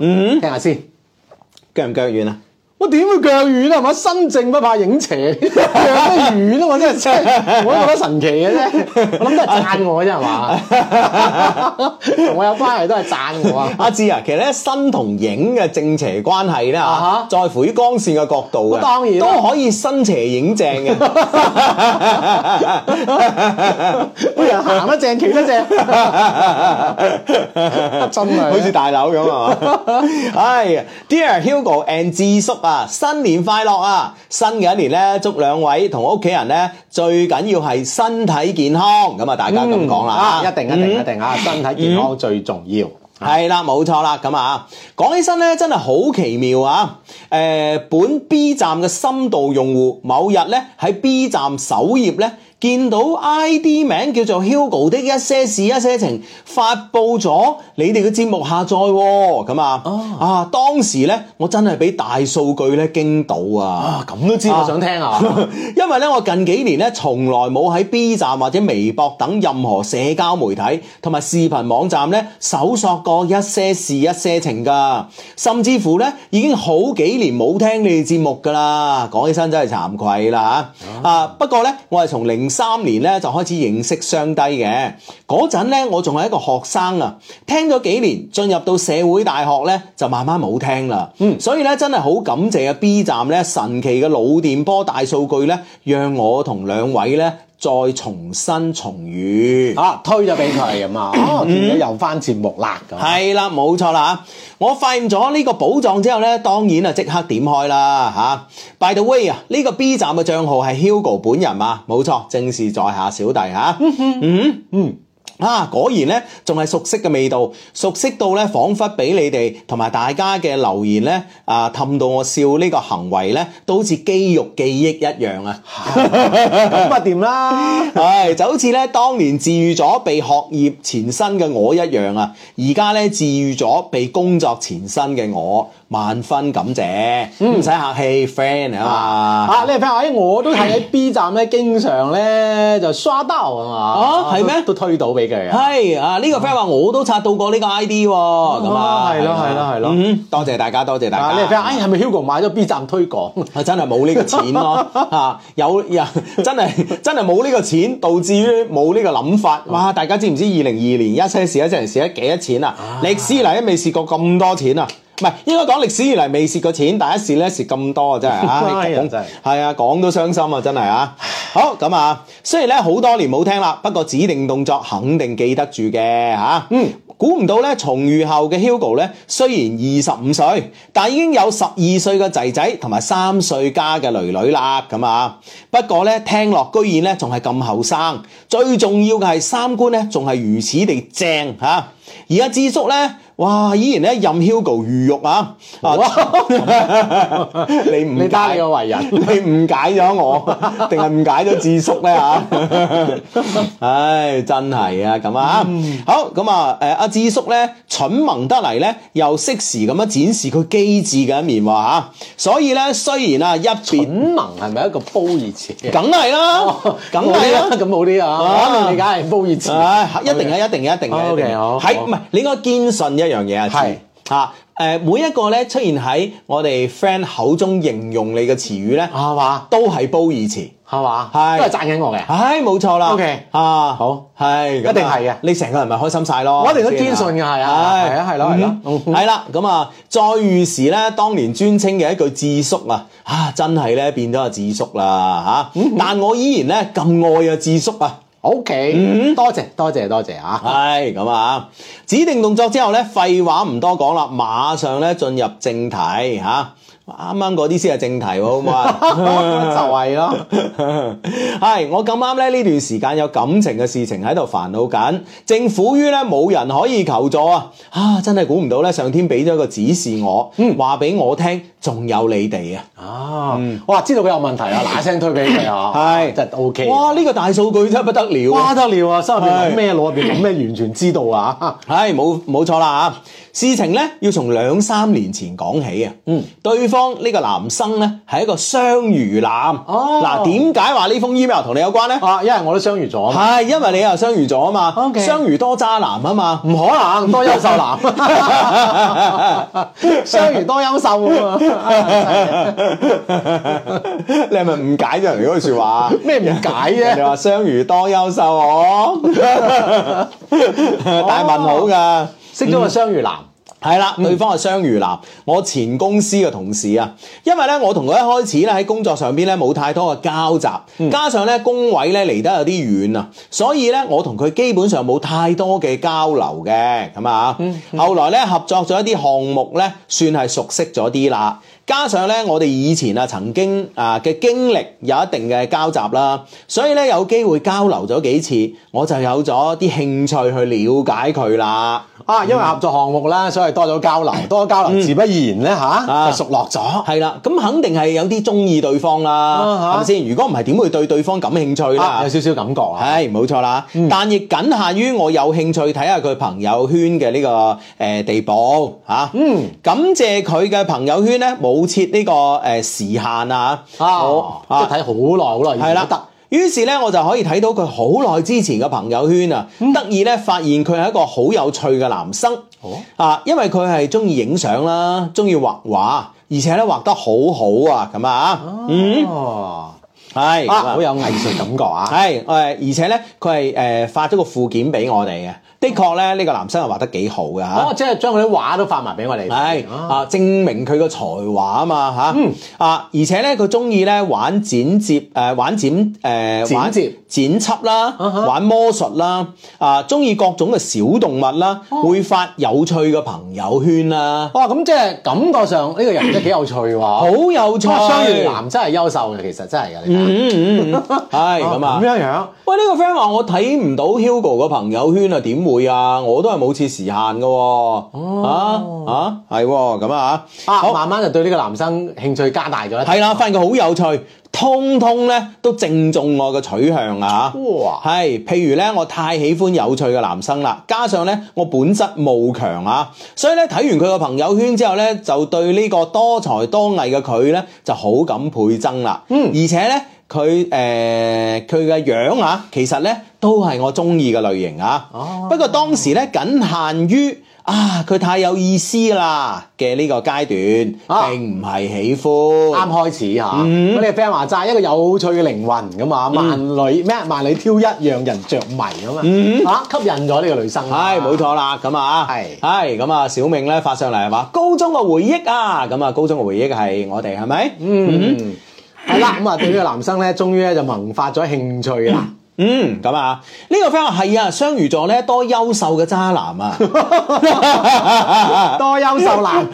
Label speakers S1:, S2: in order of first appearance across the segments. S1: 嗯
S2: 聽下先。
S1: 腳唔腳軟啊？
S2: 我點會腳軟啊？係咪身正不怕影 斜，腳都軟啊！我真係真係，我都覺得神奇嘅啫。我諗都係讚我嘅啫，係 嘛？同我有關係都係讚我啊！
S1: 阿志啊，其實咧身同影嘅正邪關係咧嚇
S2: 啊哈，
S1: 在乎於光線嘅角度嘅，
S2: 咁當然啦
S1: 都可以身邪影正 嘅。
S2: 每人哎行得正，企得正，真係
S1: 好似大佬咁啊！ 唉，Dear Hugo and 智叔啊，新年快樂啊！新嘅一年咧，祝兩位同屋企人咧，最緊要係身體健康。咁啊，大家咁講啦，
S2: 啊！一定一定一定啊！身體健康最重要。
S1: 係啦，冇錯啦，咁啊，講起身咧，真係好奇妙啊！誒、本 B 站嘅深度用戶某日咧喺 B 站首頁咧見到 ID 名叫做 Hugo 的一些事一些情發布咗你哋嘅節目下載喎，咁啊，啊，當時咧我真係俾大數據咧驚到啊！
S2: 啊，咁都知我想聽 啊！
S1: 因為咧，我近幾年咧，從來冇喺 B 站或者微博等任何社交媒體同埋視頻網站咧，搜索過一些事一些情㗎，甚至乎咧已經好幾年冇聽你哋節目㗎啦。講起身真係慚愧啦嚇！啊，不過咧，我係從零三年咧就開始認識雙低嘅，嗰陣咧我仲係一個學生啊，聽咗幾年，進入到社會大學咧就慢慢冇聽啦。嗯，所以咧真係好感謝啊 B 站咧神奇嘅腦電波大數據咧，讓我同兩位咧再重新重遇。
S2: 啊，推咗俾佢咁啊！哦，見到又翻節目啦咁。
S1: 係啦，冇錯啦嚇！我發現咗呢個寶藏之後呢，當然啊即刻點開啦嚇、By the way 啊，呢、個 B 站嘅帳號係 Hugo 本人嘛，冇錯，正是在下小弟嚇、啊，果然呢，仲係熟悉嘅味道，熟悉到呢，彷彿俾你哋同埋大家嘅留言呢，啊，氹到我笑呢個行為呢，都好似肌肉記憶一樣啊！
S2: 咁啊掂啦！
S1: 唉，就好似咧當年治愈咗被學業纏身嘅我一樣啊，而家咧治愈咗被工作纏身嘅我，萬分感謝，唔使、客氣，friend 啊嗯嘛。
S2: 嗯啊，呢位 friend 話：，哎我都係喺 B 站咧，經常咧就刷到啊嘛。
S1: 啊係咩
S2: 都都推到俾佢啊！
S1: 係啊！呢、個 friend 話我都刷到過呢個 ID 喎，咁
S2: 哦
S1: 啊，
S2: 係咯係咯係咯
S1: 嗯，多謝大家，多謝大
S2: 啊，
S1: 家。
S2: 呢位 friend，哎係咪 Hugo 買咗 B 站推廣？
S1: 啊真係冇呢個 錢咯，啊有有真係真係冇呢個錢，導致於冇呢個諗法。哇！
S2: 嗯
S1: 大家知唔知二零二年一些事一些人蝕咗幾多錢啊？歷史以嚟都未蝕過咁多錢啊！唔係應該講歷史以嚟未蝕過錢，但一蝕咧蝕咁多啊！真係啊，
S2: 哎
S1: 你
S2: 呀
S1: 講
S2: 真係
S1: 係啊，講都傷心啊，真係啊！好咁啊，雖然咧好多年冇聽啦，不過指定動作肯定記得住嘅嚇。嗯。估唔到咧，重遇後嘅 Hugo 咧，雖然二十五歲，但已經有十二歲嘅仔仔同埋三歲加嘅女女啦，咁啊。不過咧，聽落居然咧仲係咁後生，最重要嘅係三觀咧仲係如此地正嚇、而家智叔咧，哇，依然咧任 Hugo 魚肉啊！啊， 你唔
S2: 你睇
S1: 解
S2: 你個為 人。
S1: 你誤解咗我， 定係誤解咗智叔咧嚇？ 唉，真係啊，咁啊，
S2: 嗯
S1: 好咁啊，誒阿智叔咧蠢萌得嚟咧，又適時咁樣展示佢機智嘅一面喎嚇，所以咧雖然啊一
S2: 本
S1: 別，
S2: 能係咪一個褒義詞？
S1: 梗係啦， 梗係啦。
S2: 咁哦冇啲啊！
S1: 啊
S2: 我肯定理解係褒義詞。
S1: 唉，一定啊嘅，一定嘅，一定嘅。
S2: 哦 OK，
S1: 一定嘅
S2: 好
S1: 喺
S2: 好
S1: 唔係你應該堅信一樣嘢啊，
S2: 係
S1: 嚇。啊誒，每一個咧出現喺我哋 friend 口中形容你嘅詞語咧，
S2: 係嘛？
S1: 都係褒義詞。
S2: 係嘛？
S1: 係
S2: 都係讚緊我嘅。
S1: 唉，冇錯啦。
S2: OK
S1: 啊，
S2: 好，
S1: 係，咁啊
S2: 一定係嘅
S1: 你成個人咪開心晒咯。
S2: 我一定都
S1: 係咪先
S2: 堅信嘅係啊
S1: 唉
S2: 係啊係咯係咯
S1: 嗯係啦。咁啊，再遇時咧，當年專稱嘅一句智叔啊，啊，真係咧變咗阿智叔啦
S2: 嗯
S1: 嚇。但我依然咧咁愛啊智叔啊。嗯
S2: OK，多謝多謝多謝 啊！
S1: 係咁啊！指定動作之後咧，廢話唔多講啦，馬上咧進入正題嚇。啱啱嗰啲先係正題喎，好唔好
S2: 就
S1: 啊？
S2: 係咯，
S1: 係我咁啱咧呢段時間有感情嘅事情喺度煩惱緊，正苦於咧冇人可以求助啊！啊，真係估唔到咧，上天俾咗個指示我，
S2: 嗯
S1: 話俾我聽，仲有你哋啊！
S2: 啊，哇！知道佢有問題啊，嗱聲推俾佢啊，
S1: 係
S2: 真係 OK。
S1: 哇！呢、個大數據真係不得了啊！
S2: 哇得了啊！心入邊
S1: 係
S2: 諗咩，腦入邊諗咩，完全知道啊！
S1: 係冇冇錯啦嚇！事情咧要從兩三年前講起啊。嗯，對方呢個男生咧係一個雙魚男。
S2: 哦
S1: 嗱，點解話呢封 email 同你有關咧？
S2: 啊，因為我都雙魚座啊嘛，
S1: 係因為你又雙魚座啊嘛，
S2: OK
S1: 雙魚多渣男啊嘛。
S2: 唔可能多優秀男，雙魚多優秀啊嘛，
S1: 你係咪誤解咗人哋嗰句説話啊？
S2: 咩唔解
S1: 人
S2: 啫？
S1: 哋話雙魚多優秀哦，大問號㗎。
S2: 識咗個雙魚男，
S1: 係啦，對方係雙魚男，我前公司嘅同事啊，因為咧我同佢一開始咧喺工作上邊咧冇太多嘅交集，加上咧工位咧離得有啲遠啊，所以咧我同佢基本上冇太多嘅交流嘅，咁啊，後來咧合作咗一啲項目咧，算係熟悉咗啲啦。加上咧，我哋以前啊曾經啊嘅經歷有一定嘅交集啦，所以咧有機會交流咗幾次，我就有咗啲興趣去了解佢啦。
S2: 啊，因為合作項目啦，所以多咗交流，多咗交流，自不然咧
S1: 啊
S2: 吓，就熟落咗。
S1: 係啦，咁肯定係有啲中意對方啦，
S2: 啊
S1: 係
S2: 哈
S1: 咪先？如果唔係，點會對對方感興趣
S2: 啊，
S1: 啦
S2: 有？少少感覺啊！
S1: 係冇錯啦，但亦僅限於我有興趣睇下佢朋友圈嘅呢、個誒、呃地步嚇。嗯，感謝佢嘅朋友圈咧冇設呢個誒、呃、時限啊，
S2: 啊，
S1: 我
S2: 即係睇好耐好耐，
S1: 係啦，
S2: 得
S1: 於是咧，我就可以睇到佢好耐之前嘅朋友圈啊，
S2: 嗯
S1: 得以咧發現佢係一個好有趣嘅男生。
S2: 哦
S1: 啊，因為佢係中意影相啦，中意畫畫，而且咧畫得好好啊，咁啊，嗯，哎
S2: 哦，
S1: 係
S2: 啊，好有藝術感覺啊！
S1: 係誒，而且咧佢係誒發咗個附件俾我哋嘅，的確咧呢個男生係畫得幾好嘅嚇。
S2: 哦，即係將佢啲畫都發埋俾我哋。
S1: 係
S2: 啊，
S1: 啊，證明佢個才華啊嘛嚇，
S2: 嗯
S1: 啊，而且咧佢中意咧玩剪接誒、呃玩剪誒、呃
S2: 剪
S1: 玩
S2: 接啊
S1: 剪輯啦，
S2: 哈
S1: 玩魔術啦，啊，中意各種嘅小動物啦，
S2: 哦
S1: 會發有趣嘅朋友圈啦，
S2: 哇！咁即係感覺上呢個人真係幾有趣喎。
S1: 好
S2: 好
S1: 有趣，
S2: 雙魚啊男真係優秀嘅，其實真係嘅。你睇
S1: 嗯，嗯嗯嗯，係
S2: 下
S1: 咁
S2: 哦
S1: 啊
S2: 咁。樣樣。
S1: 喂，呢、個 friend 話我睇唔到 Hugo 個朋友圈啊，點會啊？我都係冇設時限嘅喎、啊啊，係喎咁啊
S2: 啊，
S1: 好嗯
S2: 慢慢就對呢個男生興趣加大咗啦。
S1: 係啦，發現佢好有趣，通通咧都正中我嘅取向啊！
S2: 哇
S1: 係，譬如咧，我太喜歡有趣嘅男生啦，加上咧我本質慕強啊，所以咧睇完佢個朋友圈之後咧，就對呢個多才多藝嘅佢咧就好感倍增啦。嗯，而且咧。佢誒呃佢嘅樣啊，其實咧都係我中意嘅類型啊。
S2: 哦
S1: 不過當時咧僅限於啊，佢太有意思啦嘅呢個階段，
S2: 啊
S1: 並唔係喜歡。
S2: 啱開始嚇，
S1: 嗯
S2: 咁你 friend 話齋一個有趣嘅靈魂咁啊，萬里咩萬里挑一，讓人着迷咁啊，嚇吸引咗呢個女生。
S1: 嗯係冇。錯啦，咁啊，
S2: 係
S1: 係咁啊，小明咧發上嚟係嘛，高中嘅回憶啊，咁啊，高中嘅回憶係我哋係咪？
S2: 嗯，係啦，咁啊對呢個男生咧，終於咧就萌發咗興趣啦。
S1: 嗯，咁啊，呢、個 friend 話係啊，雙魚座咧多優秀嘅渣男啊，
S2: 多優秀 男，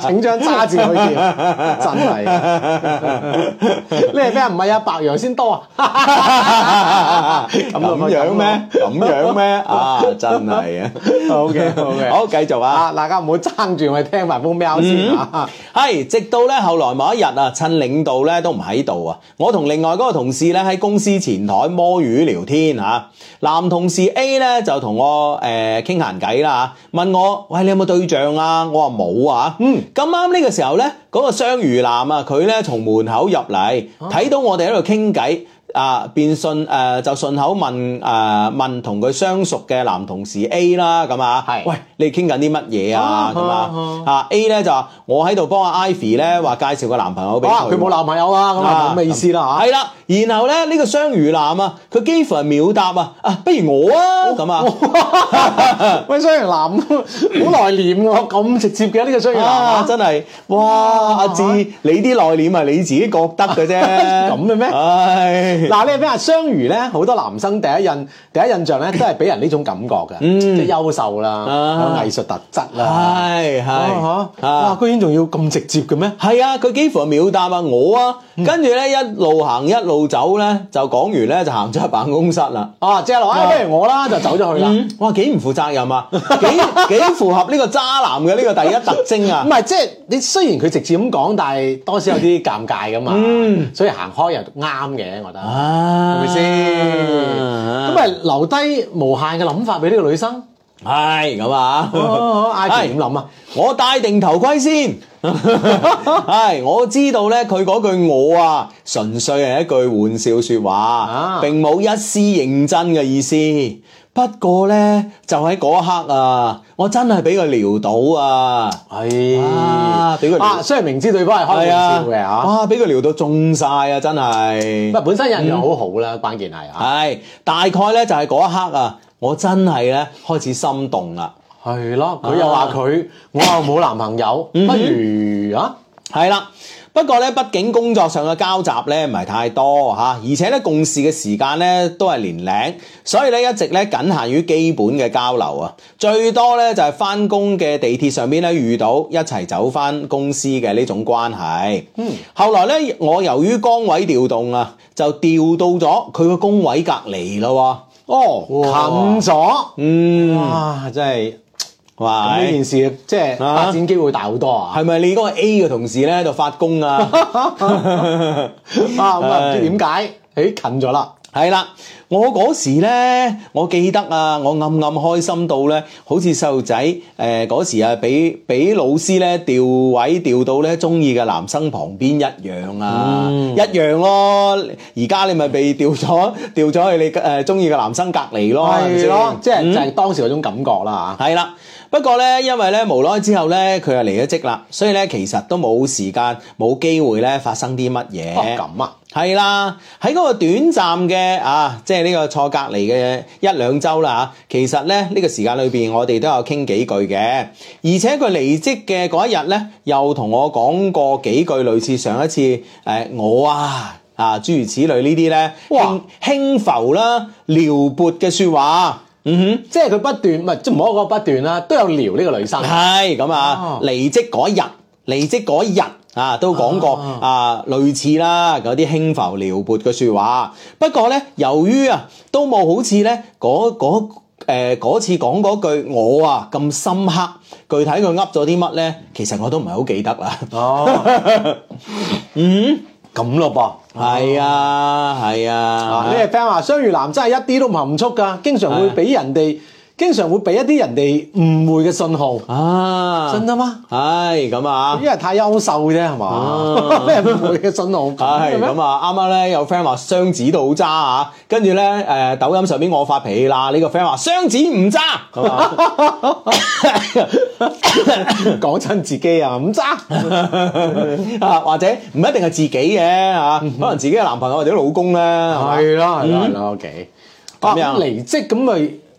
S2: 請將渣字去掉，真係。 你係咩啊？唔係啊，白羊先多啊。
S1: 咁樣咩？咁樣咩？啊，真 係啊
S2: OK OK，
S1: 好，繼續啊。
S2: 啊，大家唔好爭住，我哋聽埋封 mail 先啊。
S1: 係，直到咧後來某一日啊，趁領導咧都唔喺度啊，我同另外嗰個同事咧喺公司前台摸魚聊天嚇。男同事 A 咧就同我誒傾閒偈啦嚇，問我：喂，你有冇對象啊？我話冇啊。嗯，咁啱呢個時候咧，嗰、個雙魚男啊，佢咧從門口入嚟，
S2: 哦
S1: 睇到我哋喺度傾偈。啊，便順誒、就順口問誒、問同佢相熟嘅男同事 A 啦，咁啊，
S2: 係
S1: 喂，你哋傾緊啲乜嘢啊？咁
S2: 啊
S1: 啊
S2: 啊。
S1: 啊 A 咧就話我喺度幫阿 Ivy 咧話介紹個男朋友俾
S2: 啊，
S1: 佢，
S2: 佢冇男朋友啊，咁啊冇咩意思啦嚇。
S1: 係啦，然後咧呢個雙魚男啊，佢幾乎係秒答啊，啊不如我啊
S2: 哦
S1: 咁啊，
S2: 喂，雙魚男好內斂喎，咁直接嘅呢個雙魚男
S1: 啊
S2: 啊，
S1: 真係，
S2: 哦
S1: 哇阿志你啲內斂係你自己覺得嘅 啫，
S2: 咁嘅咩
S1: 唉，
S2: 嗱，你係咩啊？雙魚咧，好多男生第一印第一印象咧，都係俾人呢種感覺嘅，
S1: 嗯
S2: 即係優秀啦，有藝術特質啦。
S1: 係
S2: 啊
S1: 啊係
S2: 嚇哇！居然仲要咁直接嘅咩？
S1: 係啊，佢幾乎係秒答啊我啊，
S2: 嗯
S1: 跟住咧一路行一路走咧，就講完咧就行咗入辦公室啦。
S2: 啊，謝落啊，不如我啦，就走咗去啦。
S1: 嗯，哇，幾唔負責 任啊，幾幾符合呢個渣男嘅呢個第一特徵啊
S2: 唔！係，即係你雖然佢直接咁講，但係多少有啲尷尬噶嘛，所以行開又啱嘅，我覺得。
S1: 啊，
S2: 係咪先？咁
S1: 咁啊，
S2: 咪留低無限嘅諗法俾呢個女生。
S1: 係咁啊，
S2: 哦阿
S1: 係
S2: 杰點諗啊？
S1: 我戴定頭盔先， 係我知道咧，佢嗰句我啊，純粹係一句玩笑説話，
S2: 啊
S1: 並冇一絲認真嘅意思。不過咧，就喺嗰一刻啊，我真係俾佢撩到啊！
S2: 係
S1: 啊俾佢
S2: 哎啊，雖然明知對方係開玩
S1: 係啊
S2: 笑嘅，嚇，
S1: 哇！俾佢撩到中晒啊，真係
S2: 唔。係本身印象好好啦，關鍵係啊嚇，
S1: 係大概咧，就係嗰一刻啊，我真係咧開始心動啦。
S2: 係咯，佢又話佢，我又冇男朋友，不如啊，
S1: 係啦，不過咧，畢竟工作上嘅交集咧唔係太多嚇、而且咧共事嘅時間咧都係年零，所以咧一直咧僅限於基本嘅交流啊，最多咧就係翻工嘅地鐵上邊咧遇到一齊走翻公司嘅呢種關係。嗯，後來咧我由於崗位調動啊，就調到咗佢個工位隔離咯喎。哦，
S2: 近
S1: 近，
S2: 咗，
S1: 嗯，
S2: 哇，真係咁呢
S1: 喂。
S2: 件事即係
S1: 啊
S2: 發展機會大好多啊！
S1: 係咪你嗰個 A 嘅同事咧喺度發功啊？
S2: 啊，咁啊唔知點解，誒近咗啦，
S1: 係啦，我嗰時呢，我記得啊，我暗暗開心到呢，好似細路仔誒嗰時啊，俾俾老師呢調位調到呢中意嘅男生旁邊一樣啊，一樣咯。而家你咪被調咗 調咗去你誒中意嘅男生隔離咯，係
S2: 係
S1: 咪哦先
S2: 咯，即係
S1: 嗯
S2: 就係當時嗰種感覺啦啊
S1: 係啦。不過呢，因為呢無耐之後呢，佢又離咗職啦，所以呢，其實都冇時間冇機會呢發生啲乜嘢。
S2: 嚇，哦咁啊，
S1: 係啦，喺嗰個短暫嘅啊，即係呢個坐隔離嘅一兩週啦嚇。其實咧，呢、呢個時間裏邊，我哋都有傾幾句嘅，而且佢離職嘅嗰一日咧，又同我講過幾句類似上一次誒、呃我啊啊諸如此類呢啲咧，
S2: 哇
S1: 輕輕浮啦、撩撥嘅説話，嗯哼。
S2: 即係佢不斷，唔係即係唔好講不斷啦，都有聊呢個女生，
S1: 係咁啊
S2: 哦，
S1: 離職嗰日，離職嗰日啊，都講過啊，類似啦嗰啲輕浮撩撥嘅説話。不過呢，由於啊，都冇好似呢嗰嗰誒嗰次講嗰句我啊咁深刻，具體佢噏咗啲乜呢？其實我都唔係好記得啦。
S2: 哦，嗯，咁咯
S1: 係啊，係
S2: 噃，啊
S1: 啊
S2: 呢，個 friend 話雙魚男真係一啲都唔含蓄㗎，經常會俾人哋，經常會俾一啲人哋誤會嘅信號，
S1: 啊，
S2: 真㗎嗎？
S1: 係咁啊。
S2: 因為太優秀啫，係嘛？ 咩誤會嘅信號
S1: 係咁啊！啱啱咧有 friend 話雙子都好渣啊，跟住咧誒抖音上邊我發脾氣啦，呢、個 friend 話雙子唔渣，咁啊
S2: 講真自己啊，唔渣。
S1: 啊或者唔一定係自己嘅嚇、啊可能自己嘅男朋友或者老公咧，係嘛
S2: 係啦，係啦，係啦，OK。
S1: 咁
S2: 啊
S1: 樣
S2: 咁離職咁咪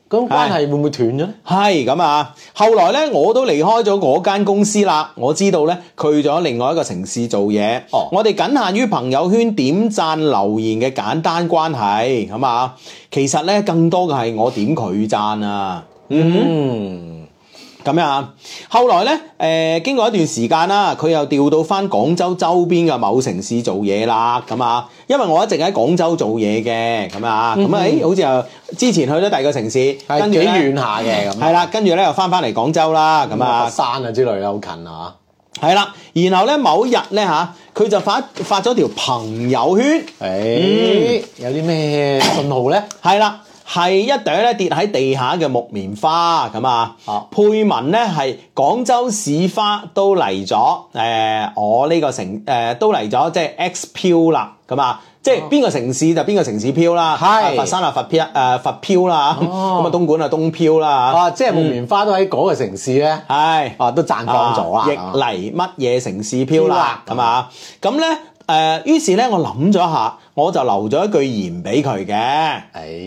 S2: 咁關係會唔會斷咗咧？
S1: 係咁啊！後來咧我都離開咗嗰間公司啦，我知道咧去咗另外一個城市做嘢。
S2: 哦
S1: 我哋僅限於朋友圈點讚留言嘅簡單關係，咁啊，其實咧更多嘅係我點佢讚啊。
S2: 嗯，
S1: 咁樣啊，後來咧，誒、經過一段時間啦，佢又調到翻廣州周邊嘅某城市做嘢啦，咁啊，因為我一直喺廣州做嘢嘅，咁啊，咁啊，誒、好似又之前去咗第二個城市，
S2: 嗯係
S1: 跟
S2: 幾
S1: 住
S2: 遠
S1: 咧，
S2: 下嘅咁。
S1: 係啦，跟住咧又翻翻嚟廣州啦，咁
S2: 咁啊，
S1: 啊
S2: 佛，山啊之類啦，好近啊。
S1: 係啦，然後咧某日咧吓，佢就發發咗條朋友圈。
S2: 誒，有啲咩信號咧？
S1: 係啦，係一朵咧跌喺地下嘅木棉花咁啊
S2: 啊。
S1: 配文咧係廣州市花都嚟咗，誒、我呢個城誒、都嚟咗，即係 X 漂啦咁啊。即係邊個城市就邊個城市漂啦，
S2: 哦係
S1: 佛山啊佛漂誒佛漂啦，
S2: 哦
S1: 咁啊東莞啊東漂啦
S2: 啊，即係木棉花都喺嗰個城市咧，
S1: 嚇，係。
S2: 啊都綻放咗
S1: 啊逆
S2: 啦。
S1: 嚟乜嘢城市漂啦，
S2: 飄啦
S1: 咁啊，咁咧誒，於是咧我諗咗下，我就留咗一句言俾佢嘅。
S2: 誒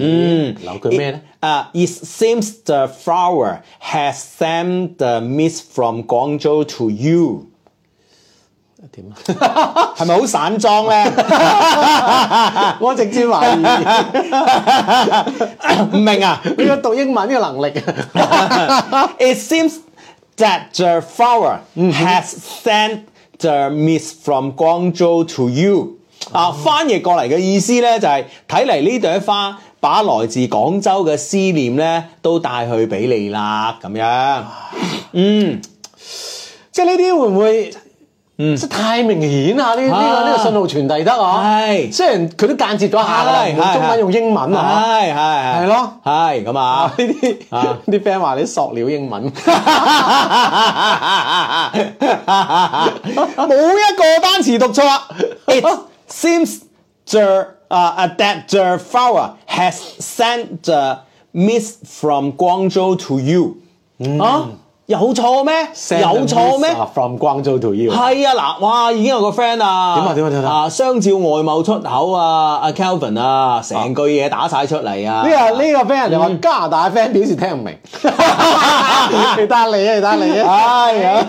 S1: 嗯，
S2: 哎留句咩咧？
S1: It- 啊，It seems the flower has sent the mist from Guangzhou to you。
S2: 點
S1: 係咪好散裝咧？
S2: 啊？ 我直接懷疑呢
S1: 唔明啊
S2: 個讀英文嘅能力。
S1: ？It seems that the flower
S2: Mm-hmm.
S1: has sent the mist from Guangzhou to you。啊，
S2: Ah.
S1: 翻譯過嚟嘅意思咧就係睇嚟呢朵花把來自廣州嘅思念咧都帶去俾
S2: 啊
S1: 你啦，咁樣。
S2: 即係呢啲會唔會
S1: 嗯
S2: 即係太明顯啦！呢呢
S1: 啊
S2: 個呢個信號傳遞得啊，
S1: 係
S2: 雖然佢都間接咗下啦，
S1: 係
S2: 唔用中
S1: 係
S2: 文用英文啊。
S1: 係係
S2: 係咯，
S1: 係咁啊
S2: 啊！呢啲
S1: 啊
S2: 啲 friend 話你塑料英 文，
S1: 冇一個單詞讀錯。It seems the 啊、uh, that the flower has sent the mist from Guangzhou to you、
S2: Mm.
S1: 啊，有錯咩？有錯咩？
S2: ？From Guangzhou to you。
S1: 係啊，嗱，哇，已經有個 friend 啊，
S2: 點啊點啊點啊
S1: 啊，相照外貌出口啊，阿 Calvin 啊，成句嘢打晒出嚟
S2: 呢
S1: 啊，
S2: 個呢個 friend 人哋
S1: 嗯
S2: 話加拿大 friend 表示聽唔明， 你得你啊，你得你啊，
S1: 唉，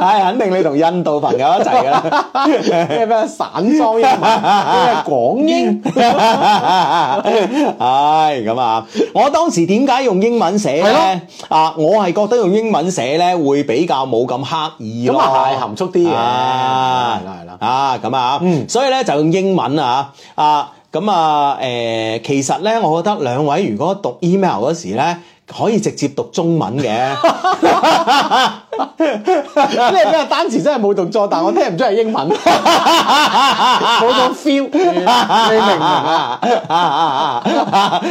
S1: 唉，肯定你同印度朋友一齊噶啦。
S2: 咩咩散裝英文，咩廣英，
S1: 唉，咁啊，我當時點解用英文
S2: 係
S1: 寫咧
S2: 咯？
S1: 啊，我係覺得用英文寫咧會比較冇咁刻意
S2: 咁
S1: 咯，
S2: 啊係含蓄啲嘅，係
S1: 啊
S2: 啦係啦。嗯
S1: 啊，咁啊，所以咧就用英文啊，啊，咁啊，誒、其實咧，我覺得兩位如果讀 email 嗰時咧，可以直接讀中文 嘅。
S2: 呢 個單詞真係冇讀錯，但我聽唔出係英 文，冇種 feel，你明唔明 啊？
S1: 啊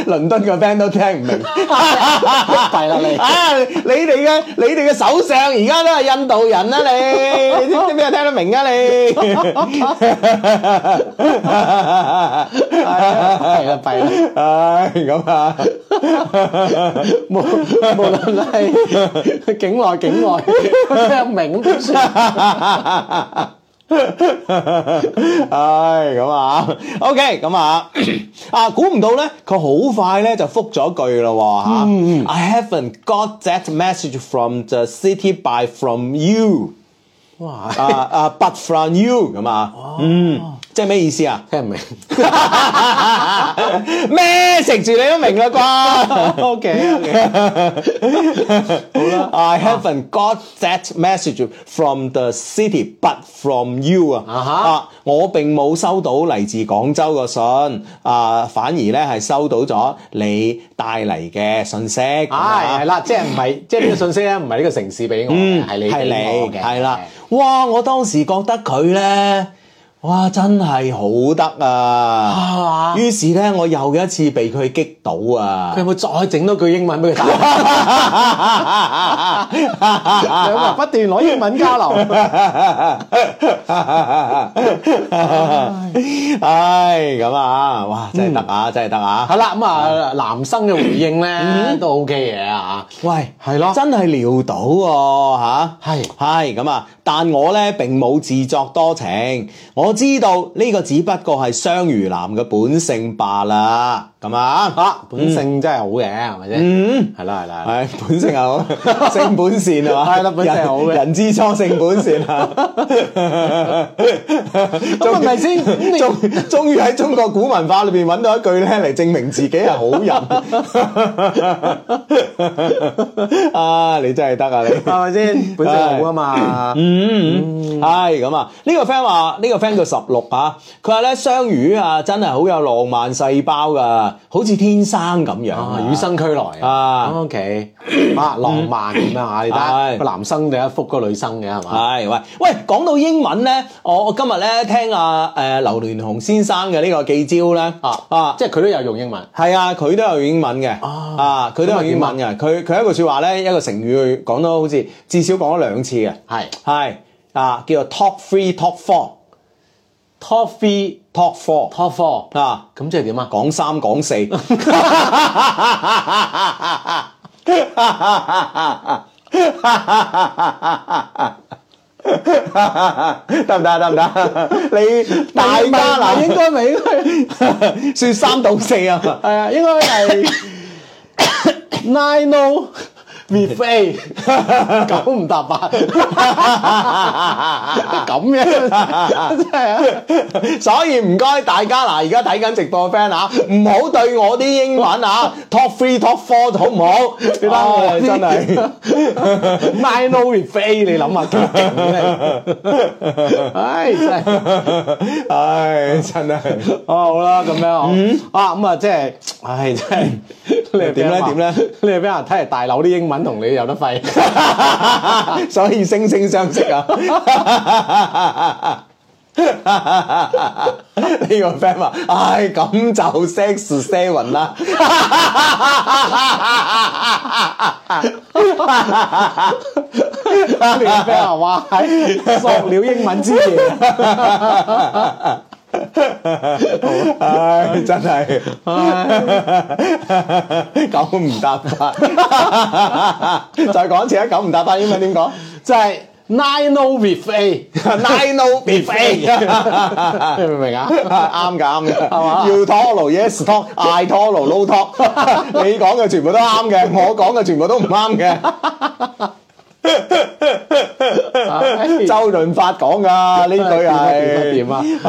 S1: 倫敦嘅 band 都聽唔明。
S2: 弊啦你，
S1: 啊！你哋嘅你哋嘅首相而家都係印度人啦、啊你你知唔知邊個聽得明啊你？
S2: 係啦弊啦，
S1: 唉，咁啊，
S2: 無無論係境內境外，聽唔明咁點算？
S1: 唉，咁啊，OK，咁啊，啊，估唔到咧，佢好快咧就覆咗句咯吓、I haven't got that message from the city by from you
S2: 哇，
S1: 啊啊，but from you 咁啊，嗯，即係咩意思啊？
S2: 聽唔明。
S1: 咩食住你都明啦啩
S2: O K O K，
S1: ？I haven't got that message from the city, but from you 啊！
S2: 啊哈
S1: 啊，我並冇收到嚟自廣州嘅信，啊，反而咧係收到咗你帶嚟嘅信息。係
S2: 係係啦，即係唔係即係呢個信息咧，唔係呢個城市俾我
S1: Ừ,
S2: 嘅，係你俾
S1: 係
S2: 我
S1: 你，
S2: 嘅，
S1: 係啦。哇！我當時覺得佢咧，哇，真係好得啊！
S2: 係嘛？
S1: 於是咧，我又一次被佢激到啊！
S2: 佢有冇再整多句英文俾佢打？兩個人不斷攞英文交流，
S1: 唉，咁啊，哇，真係得啊，真係得啊！
S2: 係啦咁啊，男生嘅回應咧都 O K 嘅啊，
S1: 喂，
S2: 係咯
S1: 真係撩到喎吓，
S2: 係
S1: 係咁啊！但我呢並冇自作多情，我知道呢個只不過係雙魚男嘅本性罷啦，咁啊，
S2: 啊本性真係好嘅，係咪先？
S1: 嗯，
S2: 係啦係啦。
S1: 係本性係好， 性本善啊嘛，
S2: 係啦本性係好嘅
S1: 人人之初性本善啊，
S2: 咁係咪先？咁你
S1: 終終於喺中國古文化裏邊揾到一句咧嚟證明自己係好人。 啊！你真係得啊你！
S2: 係咪先？本性好啊嘛。
S1: 嗯，係咁啊！呢、個 friend 話，呢、個 friend 叫十六啊，佢話咧雙魚啊，真係好有浪漫細胞噶，好似天生咁樣
S2: 啊，與生俱來
S1: 啊
S2: ，O K，啊，浪漫咁樣啊，你睇
S1: 係
S2: 下個男生就一幅個女生嘅係嘛？
S1: 係喂喂，講到英文咧，我我今日咧聽阿誒劉聯雄先生嘅呢個記招咧
S2: 啊
S1: 啊
S2: 即係佢都有用英文。
S1: 係啊，佢都有英文嘅，啊，佢都有英文嘅。佢佢一句説話咧，一個成語佢講到好似至少講咗兩次嘅，
S2: 係
S1: 係啊，叫做 top three、top four、
S2: top three
S1: top four
S2: top four，
S1: 啊，
S2: 咁即係點啊？
S1: 講三講四。得唔啊得？得唔得？你大家
S2: 嗱應
S1: 嗱，
S2: 該咪應該
S1: 説三道四啊！
S2: 係啊，應該 係 nine no with a 九唔搭 八，咁樣真係啊！
S1: 所以唔該大家嗱，而家睇緊直播嘅 friend 啊，唔好對我啲英文啊 top three top four 好唔好？哦你
S2: 得
S1: 啊
S2: 我啲
S1: 真係
S2: nine no with a，你諗下幾勁咧？ 唉，真係。
S1: 唉，真係
S2: 哦， 好啦，咁樣 啊，啊咁啊，即係，唉，真係你係俾人
S1: 點咧點咧
S2: 話你係俾人睇嚟大佬啲英文文同你有得揮。
S1: 所以惺惺相惜啊！ 呢個 friend 話：，唉，咁就 sex seven 啦。
S2: 你 個 friend 話：哇，係塑料英文之 夜，
S1: 唉，真係， 九唔搭八。 再講一次啊，九唔搭八英文點講？
S2: 就係 nine o with a，
S1: Nine O B A，
S2: 你明唔明 啊？
S1: 啱㗎啱㗎，
S2: 嘛
S1: 要 tolo yes talk，嗌 tolo no talk，你 講嘅全部都啱 嘅，我講嘅全部都唔啱嘅，
S2: 唉
S1: 周潤發講㗎呢句係
S2: 點啊點
S1: 啊？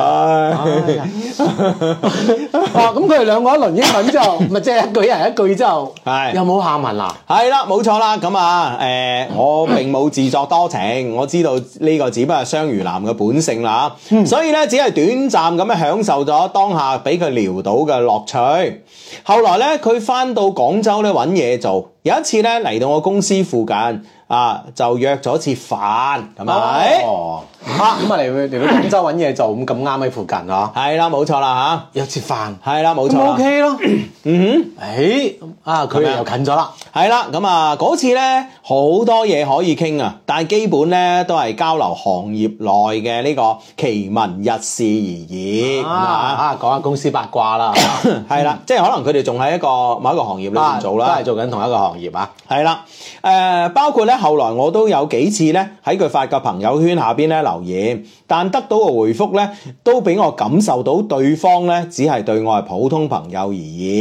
S2: 哇！咁佢哋兩個一輪英文之後，咪即係一句一人一句之後，
S1: 係
S2: 有冇下文啦？
S1: 係啦，冇錯啦，咁啊，誒、我並冇自作多情，我知道呢個只不過係雙魚男嘅本性啦，
S2: 嗯
S1: 所以呢，只係短暫咁樣享受咗當下俾佢撩到嘅樂趣。後來呢，佢翻到廣州呢揾嘢做，有一次呢，嚟到我公司附近啊，就約咗次飯，係咪？
S2: 哦，嚇咁啊嚟 嚟到廣州揾嘢做，咁咁啱喺附近啊，
S1: 係啦，冇錯啦
S2: 有次飯。
S1: 嚇，係啦，冇錯
S2: 咁
S1: 啦。
S2: OK 咯，
S1: 嗯
S2: 誒啊，佢哋又近咗啦，
S1: 哼，係啦，咁啊，嗰次呢，好多嘢可以傾啊，但係基本呢，都係交流行業內嘅呢個奇聞逸事而已。咁
S2: 啊啊，
S1: 啊
S2: 講下公司八卦啦，
S1: 係啦，即係可能佢哋仲喺一個某一個行業裏
S2: 啊
S1: 面做
S2: 都
S1: 啦
S2: 係，做緊同一個行業啊，
S1: 係啦，誒、包括咧後來我都有幾次咧喺佢發嘅朋友圈下邊咧留言，但得到嘅回覆咧都俾我感受到對方咧只係對我係普通朋友而已。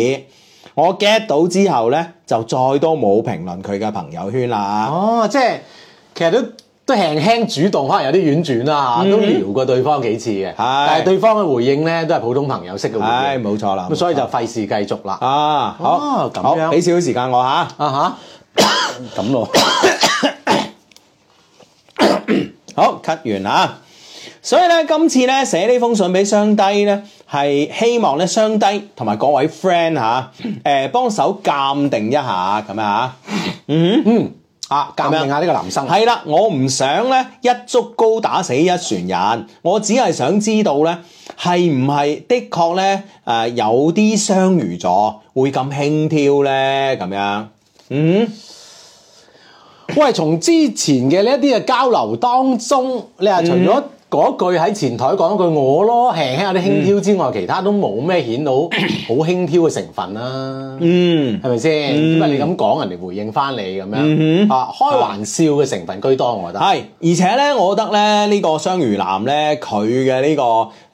S1: 我 get 到之後咧，就再都冇評論佢嘅朋友圈啦。
S2: 哦，即係其實都都輕輕主動，可能有啲婉轉啦，都撩過對方幾次嘅，嗯但係對方嘅回應咧都係普通朋友式嘅回
S1: 唉，
S2: 應，
S1: 冇錯啦。
S2: 咁所以就費事繼續啦，
S1: 啊，好
S2: 哦，咁
S1: 好，
S2: 樣
S1: 俾少少時間我吓。
S2: 啊吓，咁咯，
S1: 好，cut 完啦。所以咧，今次咧寫呢封信俾雙低咧，係希望咧雙低同埋各位 friend 吓、誒幫手鑑定一下咁啊，
S2: 啊，鑑定下呢個男生，
S1: 係啦，我唔想咧一竹篙打死一船人，我只係想知道咧係唔係的確咧誒有啲雙魚座會咁輕佻咧咁樣，嗯，
S2: 喂，從之前嘅呢一啲嘅交流當中，你話除咗嗰句喺前台講嗰句我咯，輕輕有啲輕佻之外，其他都冇咩顯到好輕佻嘅成分啦，
S1: 嗯，
S2: 係咪先？因為你咁講，人哋回應翻你咁樣啊，開玩笑嘅成分居多，我覺得。
S1: 係，而且咧，我覺得咧呢、個雙魚男咧，佢嘅呢個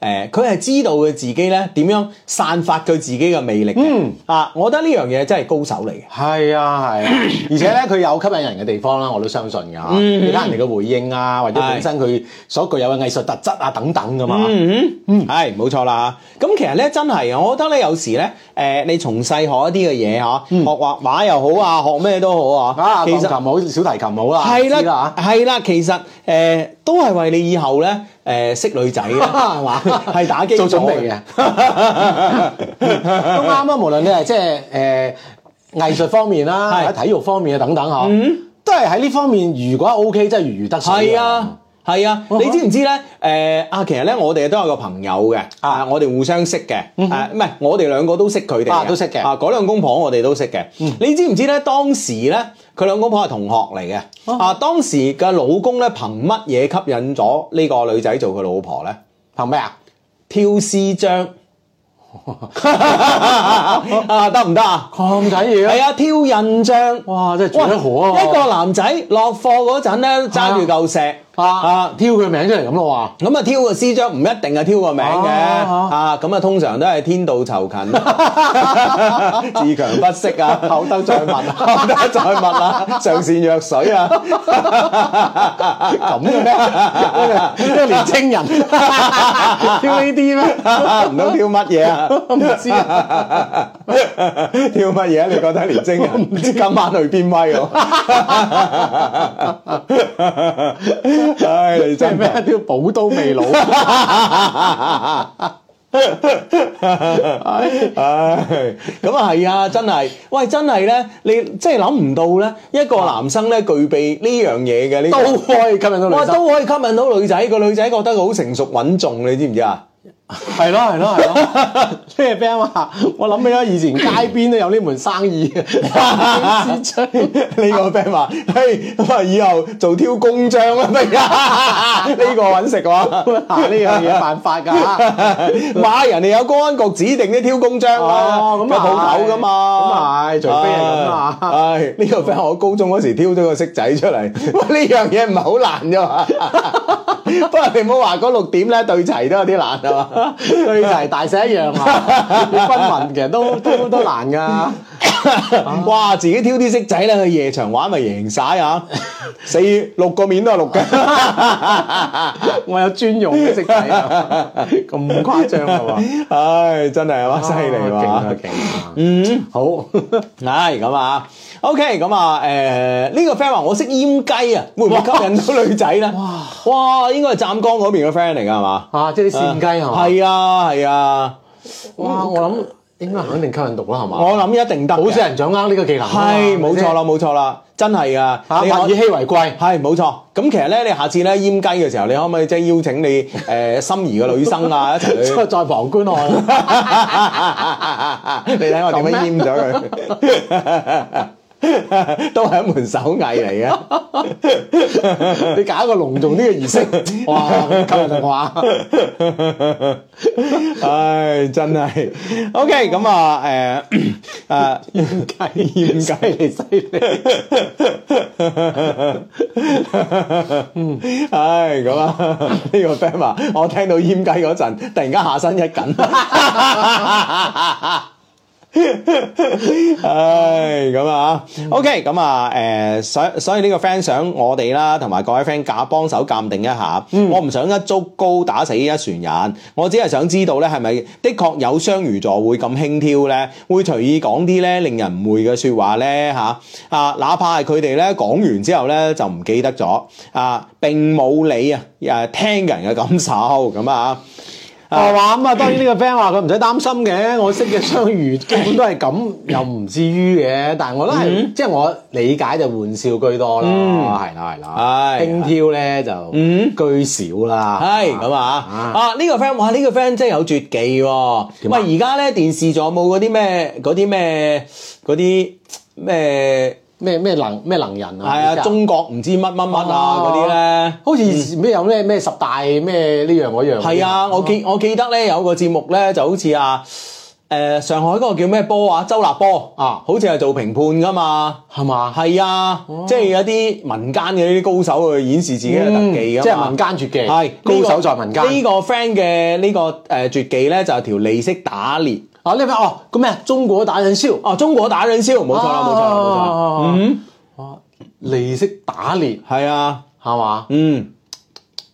S1: 誒，佢、係知道佢自己咧點樣散發佢自己嘅魅力嘅。嗯、啊，我覺得呢樣嘢真係高手嚟嘅。
S2: 係啊，係啊， 而且咧佢有吸引人嘅地方啦，我都相信㗎。你睇人哋嘅回應啊，或者
S1: 係
S2: 本身佢所具有嘅藝術特質啊等等㗎嘛。
S1: 嗯嗯，係冇錯啦。咁其實咧，真係啊，我覺得咧，有時咧，誒、你從細學一啲嘅嘢嚇，學畫畫又好啊，學咩都好啊，
S2: 嗯啊，
S1: 其
S2: 鋼
S1: 實
S2: 琴好，小提琴好啦，
S1: 係
S2: 知啦
S1: 啦，係啦，其實誒、都係為你以後咧誒、識女仔 嘅，
S2: 係嘛
S1: 係打機
S2: 做準備嘅
S1: 嘅
S2: 都啱啊！無論你係即係誒藝術方面啦，
S1: 係
S2: 喺體育方面啊等等嗬，都係喺呢方面。如果 O K，真係哦如魚得水。
S1: 係啊。係啊，你知唔知咧？誒、啊，其實咧，我哋都有個朋友嘅，啊，我哋互相識嘅，誒、唔係我哋兩個都識佢哋
S2: 嗯啊
S1: 嘅，
S2: 都識嘅嗯
S1: 啊，嗰兩公婆我哋都識嘅。你知唔知咧？當時咧，佢兩公婆係同學嚟嘅，
S2: 哦
S1: 啊，當時嘅老公咧，憑乜嘢吸引咗呢個女仔做佢老婆咧？
S2: 憑咩啊？
S1: 挑 絲章啊，得唔得啊？
S2: 咁緊要？
S1: 係啊，挑印章。
S2: 哇！真係做
S1: 哇
S2: 得好啊！
S1: 一個男仔落課嗰陣咧，揸住嚿石。
S2: 啊，挑佢名出嚟咁咯
S1: 咁啊，挑個師章唔一定係挑個名嘅，
S2: 啊
S1: 啊咁啊，通常都係天道酬勤， 自強不息啊，
S2: 後得再問啊
S1: 後得再問啊，上善若水啊，
S2: 喎，咁嘅咩？一個年青人挑呢啲咩？
S1: 唔通挑乜嘢啊？
S2: 唔知啊
S1: 挑乜嘢啊？你覺得年青人唔知今晚去邊威 喎？唉，你
S2: 即係
S1: 真
S2: 咩？
S1: 係
S2: 挑寶刀未老。
S1: 唉，咁啊係啊，真係，喂，真係咧，你即係諗唔到咧，一個男生咧具備呢樣嘢嘅呢個，
S2: 都可以吸引到女
S1: 哇，
S2: 生。
S1: 都可以吸引到女仔，個女仔覺得佢好成熟穩重，你知唔知 啊？
S2: 係咯係咯係咯，咩 friend 話？我諗起咗以前街邊都有呢門生意嘅，師長
S1: 呢個 friend 話：，嘿，咁啊，以後做挑工章啦，不如 呢個揾食
S2: 嗱
S1: 喎。
S2: 呢樣嘢犯法㗎。
S1: 買人哋有公安局指定啲挑工章啦，
S2: 哦咁
S1: 有鋪
S2: 係
S1: 頭噶嘛，
S2: 咁係除非係咁啊
S1: 唉唉 呢個 friend 我高中嗰時挑咗個色仔出嚟， 喂呢樣嘢唔係好難啫嘛， 不過你唔好話嗰六點咧對齊都有啲難啊嘛，
S2: 對齊大寫一樣啊，要均勻其實都都都難㗎。
S1: 哇自己挑啲色仔咧去夜場玩咪贏 晒啊，四六個面都係六嘅。
S2: 我有專用嘅色仔啊，咁誇張㗎喎。
S1: 唉，真係啊，犀利
S2: 勁啊
S1: 喎！
S2: 勁啊！嗯，好，
S1: 唉，咁啊，OK，咁啊，誒、呢、個 friend 話我識閹雞啊，會唔會吸引到女仔咧？哇哇，應該係湛江嗰邊嘅 friend 嚟㗎係嘛？
S2: 啊，即係啲扇雞係嘛？
S1: 係啊係啊，
S2: 哇，我諗應該肯定吸引到啦係嘛？
S1: 我諗一定得嘅。
S2: 好少人掌握呢個技能啊嘛。
S1: 係冇錯啦
S2: 啦，
S1: 冇錯啦，真係啊！
S2: 嚇
S1: 你可
S2: 物以稀為貴。
S1: 係冇錯，咁其實咧，你下次咧閹雞嘅時候，你可唔可以即係邀請你誒、心儀嘅女生 啊一齊去？
S2: 再旁觀看，
S1: 你睇我點樣淹咗佢， 都係一門手藝嚟嘅。
S2: 你搞一個隆重啲嘅儀式， 哇！咁啊吸引力哇！
S1: 唉，真係。OK，咁啊，誒、誒，掩雞掩雞嚟犀利。嗯，唉，咁啊，呢、個 friend 話，我聽到掩雞嗰陣，突然間下身一緊。唉，咁啊，OK，咁啊，誒、所所以呢個 friend 想我哋啦，同埋各位 friend 夾幫手鑑定一下，我唔想一竹篙打死一船人，我只係想知道咧，係咪的確有雙魚座會咁輕佻咧，會隨意講啲咧令人誤會嘅説話咧嚇啊，哪怕係佢哋咧講完之後咧就唔記得咗啊，並冇理啊誒聽人嘅感受咁啊。
S2: 係嘛咁啊？當然呢個 friend 話佢唔使擔心嘅，我識嘅雙魚基本都係咁，又唔至於嘅。但係我都係即係我理解就玩笑居多啦，係嗯啦係啦，嗯
S1: 係
S2: 輕佻咧就居少啦，
S1: 係咁啊！啊呢個 friend 哇，呢個 friend 真係有絕技喎！
S2: 啊
S1: 喂，而家咧電視仲有冇嗰啲咩嗰啲咩嗰啲咩
S2: 咩咩能咩能人啊？
S1: 係
S2: 你知
S1: 啊？中國唔知乜乜乜啊
S2: 哦
S1: 嗰啲咧。
S2: 好似以前咩有咩咩十大咩呢樣嗰樣嗰啲，哦
S1: 係啊，我記我記得咧有個節目咧就好似啊誒上海嗰個叫咩波啊，周立波
S2: 啊哦
S1: 好似係做評判㗎嘛。
S2: 係嘛？
S1: 係啊，即係有啲民間嘅呢啲高手去顯示自己嘅特技㗎
S2: 嗯
S1: 嘛。
S2: 即係民間絕技，
S1: 係
S2: 高手在民間。
S1: 呢個 friend 嘅呢個誒絕技咧，就係條利息打獵。
S2: 啊呢個哦，咁咩？中國打人燒，
S1: 哦，中國打人燒，冇錯啦，冇錯啦，冇錯。
S2: 冇錯。啊嗯，利息打獵
S1: 係啊，
S2: 係嘛？
S1: 嗯。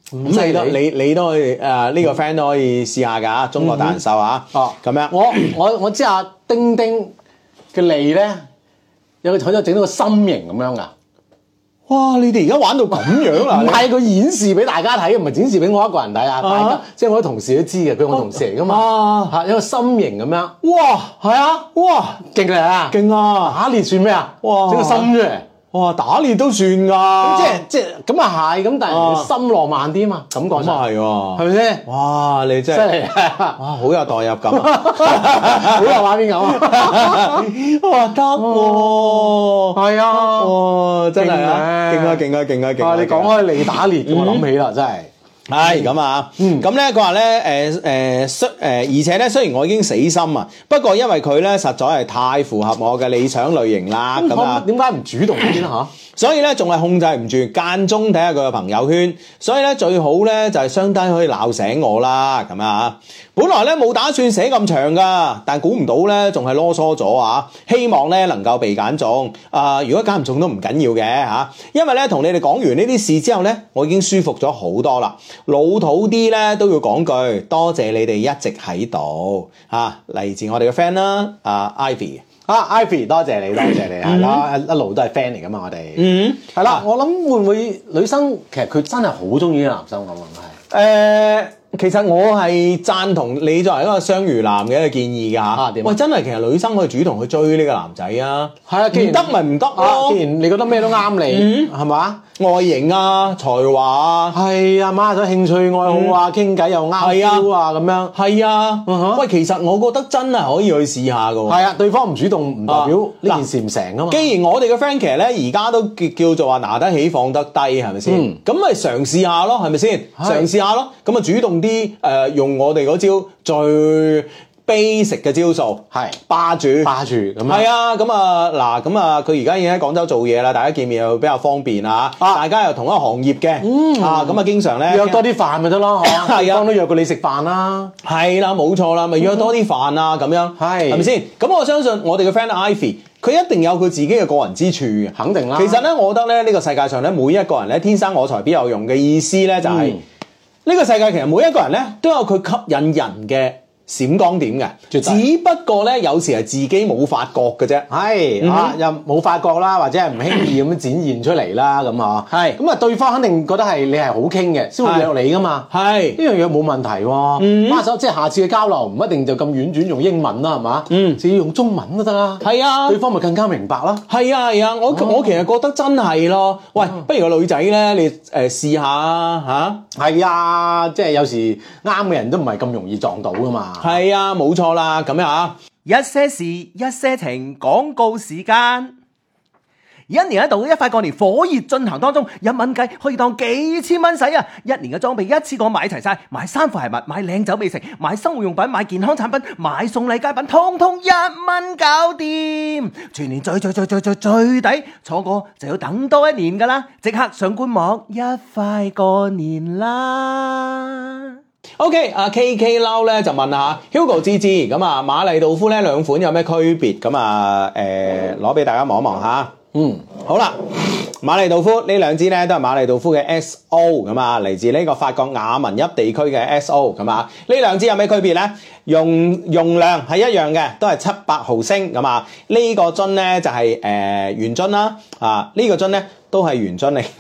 S1: 咁你都
S2: 犀利
S1: 你你都可以誒呢個 friend 都可以試下㗎，中國達人秀啊，
S2: 哦
S1: 咁樣
S2: 我我我知阿丁丁嘅脷咧，有個佢就整到個心形咁樣噶，
S1: 哇！你哋而家玩到咁啊樣啦
S2: 唔，係佢演示俾大家睇，唔係展示俾我一個人睇啊！大家即係我啲同事都知嘅，佢係我同事嚟噶嘛
S1: 啊，
S2: 嚇有個心形咁樣，
S1: 你哇
S2: 係啊，
S1: 哇
S2: 勁嚟啊！
S1: 勁啊！
S2: 打獵算咩啊？
S1: 哇
S2: 整個心出嚟。
S1: 哇，打獵都算㗎，
S2: 即係即係咁啊係，咁但係心浪漫啲啊嘛，感覺
S1: 咁啊
S2: 上
S1: 係喎，
S2: 係咪先？
S1: 哇！你真
S2: 真
S1: 係
S2: 係啊
S1: 哇，好有代入感啊！
S2: 好有畫面感啊！
S1: 哇得喎，
S2: 係啊，
S1: 哇真係啊，勁
S2: 勁
S1: 啊
S2: 啊
S1: 勁啊勁啊勁啊！
S2: 啊嗯你講
S1: 勁啊
S2: 開利打獵，我諗起啦，真係
S1: 係咁啊，咁咧佢話咧誒誒雖誒，而且咧雖然我已經死心啊，不過因為佢咧實在係太符合我嘅理想類型啦，咁啊
S2: 咁，點解唔主動啲啦
S1: 所以咧仲係控制唔住，間中睇下佢嘅朋友圈，所以咧最好咧就係相低可以鬧醒我啦，咁啊，本來咧冇打算寫咁長噶，但估唔到咧仲係囉嗦咗啊，希望咧能夠被揀中，啊、如果揀唔中都唔緊要嘅嚇、因為咧同你哋講完呢啲事之後咧，我已經舒服咗好多啦，老土啲咧都要講句多謝你哋一直喺度嚇，嚟、自我哋嘅 friend 啦，啊 Ivy。
S2: 嚇？啊，Ivy，多謝你，多謝你，啊係啦，一路都係 friend 嚟噶嘛，我哋
S1: 嗯，
S2: 係啦，我諗會唔會女生其實佢真係好中意呢個男生咁啊？
S1: 誒其實我係贊同你作為一個雙魚男嘅一個建議㗎嚇。
S2: 啊點啊
S1: 喂，真係其實女生可以主動去追呢個男仔啊。
S2: 係啊，既然
S1: 唔得咪唔得
S2: 啊
S1: 咯
S2: 既然你覺得咩都啱你，係嘛？
S1: 外形啊，才華啊，
S2: 係啊，孖咗興趣愛好啊，傾偈又啱
S1: 嗯係啊
S2: feel 啊，咁樣。
S1: 係啊。
S2: 嗯哼
S1: 喂，其實我覺得真係可以去試下㗎喎。
S2: 係啊，對方唔主動唔代表呢件事唔成啊嘛。
S1: 既然我哋嘅 friend 其實咧而家都叫叫做話拿得起放得低，係咪先
S2: 嗯？
S1: 咁咪、嘗試下咯，係咪先？
S2: 係
S1: 嘗試下咯，咁啊主動啲誒、呃用我哋嗰招最 basic 嘅招數，
S2: 係
S1: 霸主。
S2: 霸住咁樣
S1: 嗯係啊，咁啊嗱，咁啊佢而家已經喺廣州做嘢啦，大家見面又比較方便啊，大家又同一個行業嘅，啊咁啊經常咧
S2: 嗯約多啲飯咪得咯，嗬
S1: 係啊
S2: 對方都約過你食飯啦。
S1: 係啦，冇錯啦，咪約多啲飯啊，咁樣
S2: 嗯係
S1: 係咪先？咁我相信我哋嘅 friend Ivy，佢一定有佢自己嘅個人之處嘅，
S2: 肯定啦
S1: 其實咧，我覺得咧，呢個世界上咧，每一個人咧，天生我材必有用嘅意思咧，就係
S2: 嗯
S1: 呢個世界其實每一個人咧都有佢吸引人嘅閃光點嘅，
S2: 絕對
S1: 只不過咧有時係自己冇發覺嘅啫。
S2: 係
S1: 嗯
S2: 啊，又冇發覺啦，或者係唔輕易咁展現出嚟啦，咁啊，
S1: 係
S2: 咁啊，對方肯定覺得係你係好傾嘅，先會
S1: 係嗯
S2: 約你噶嘛。
S1: 係
S2: 呢樣嘢冇問題喎，孖手即係下次嘅交流唔一定就咁婉轉用英文啦，係嘛？
S1: 嗯
S2: 只要用中文都得啦。
S1: 係啊
S2: 對方咪更加明白啦。
S1: 係啊係啊，我我其實覺得真係咯，喂，不如個女仔咧，你誒試下啊嚇。
S2: 係啊，即係有時啱嘅人都唔係咁容易撞到噶嘛。
S1: 係啊，冇錯啦，咁樣啊。一些事，一些情，廣告時間。一年一度嘅一塊過年火熱進行當中，一蚊雞可以當幾千蚊使啊！一年嘅裝備一次過買齊晒，買衫褲鞋襪，買靚酒美食，買生活用品，買健康產品，買送禮佳品，通通一蚊搞掂！全年最最最最最最抵，錯過就要等多一年噶啦！即刻上官網一塊過年啦！O.K. 啊，K.K. 嬲咧就問下 Hugo 芝芝咁啊，馬麗道夫呢兩款有咩區別咁啊？誒攞俾大家望一望嚇。
S2: 嗯，
S1: 好啦，馬利道夫呢兩支咧都係馬利道夫嘅 S.O. 咁啊，嚟自呢個法國雅文邑地區嘅 S.O. 咁啊，呢兩支有咩區別咧？用用量係一樣嘅，都係七百毫升咁啊。呢、個樽咧就係、誒、原樽啦，啊呢、個樽咧都係原樽嚟。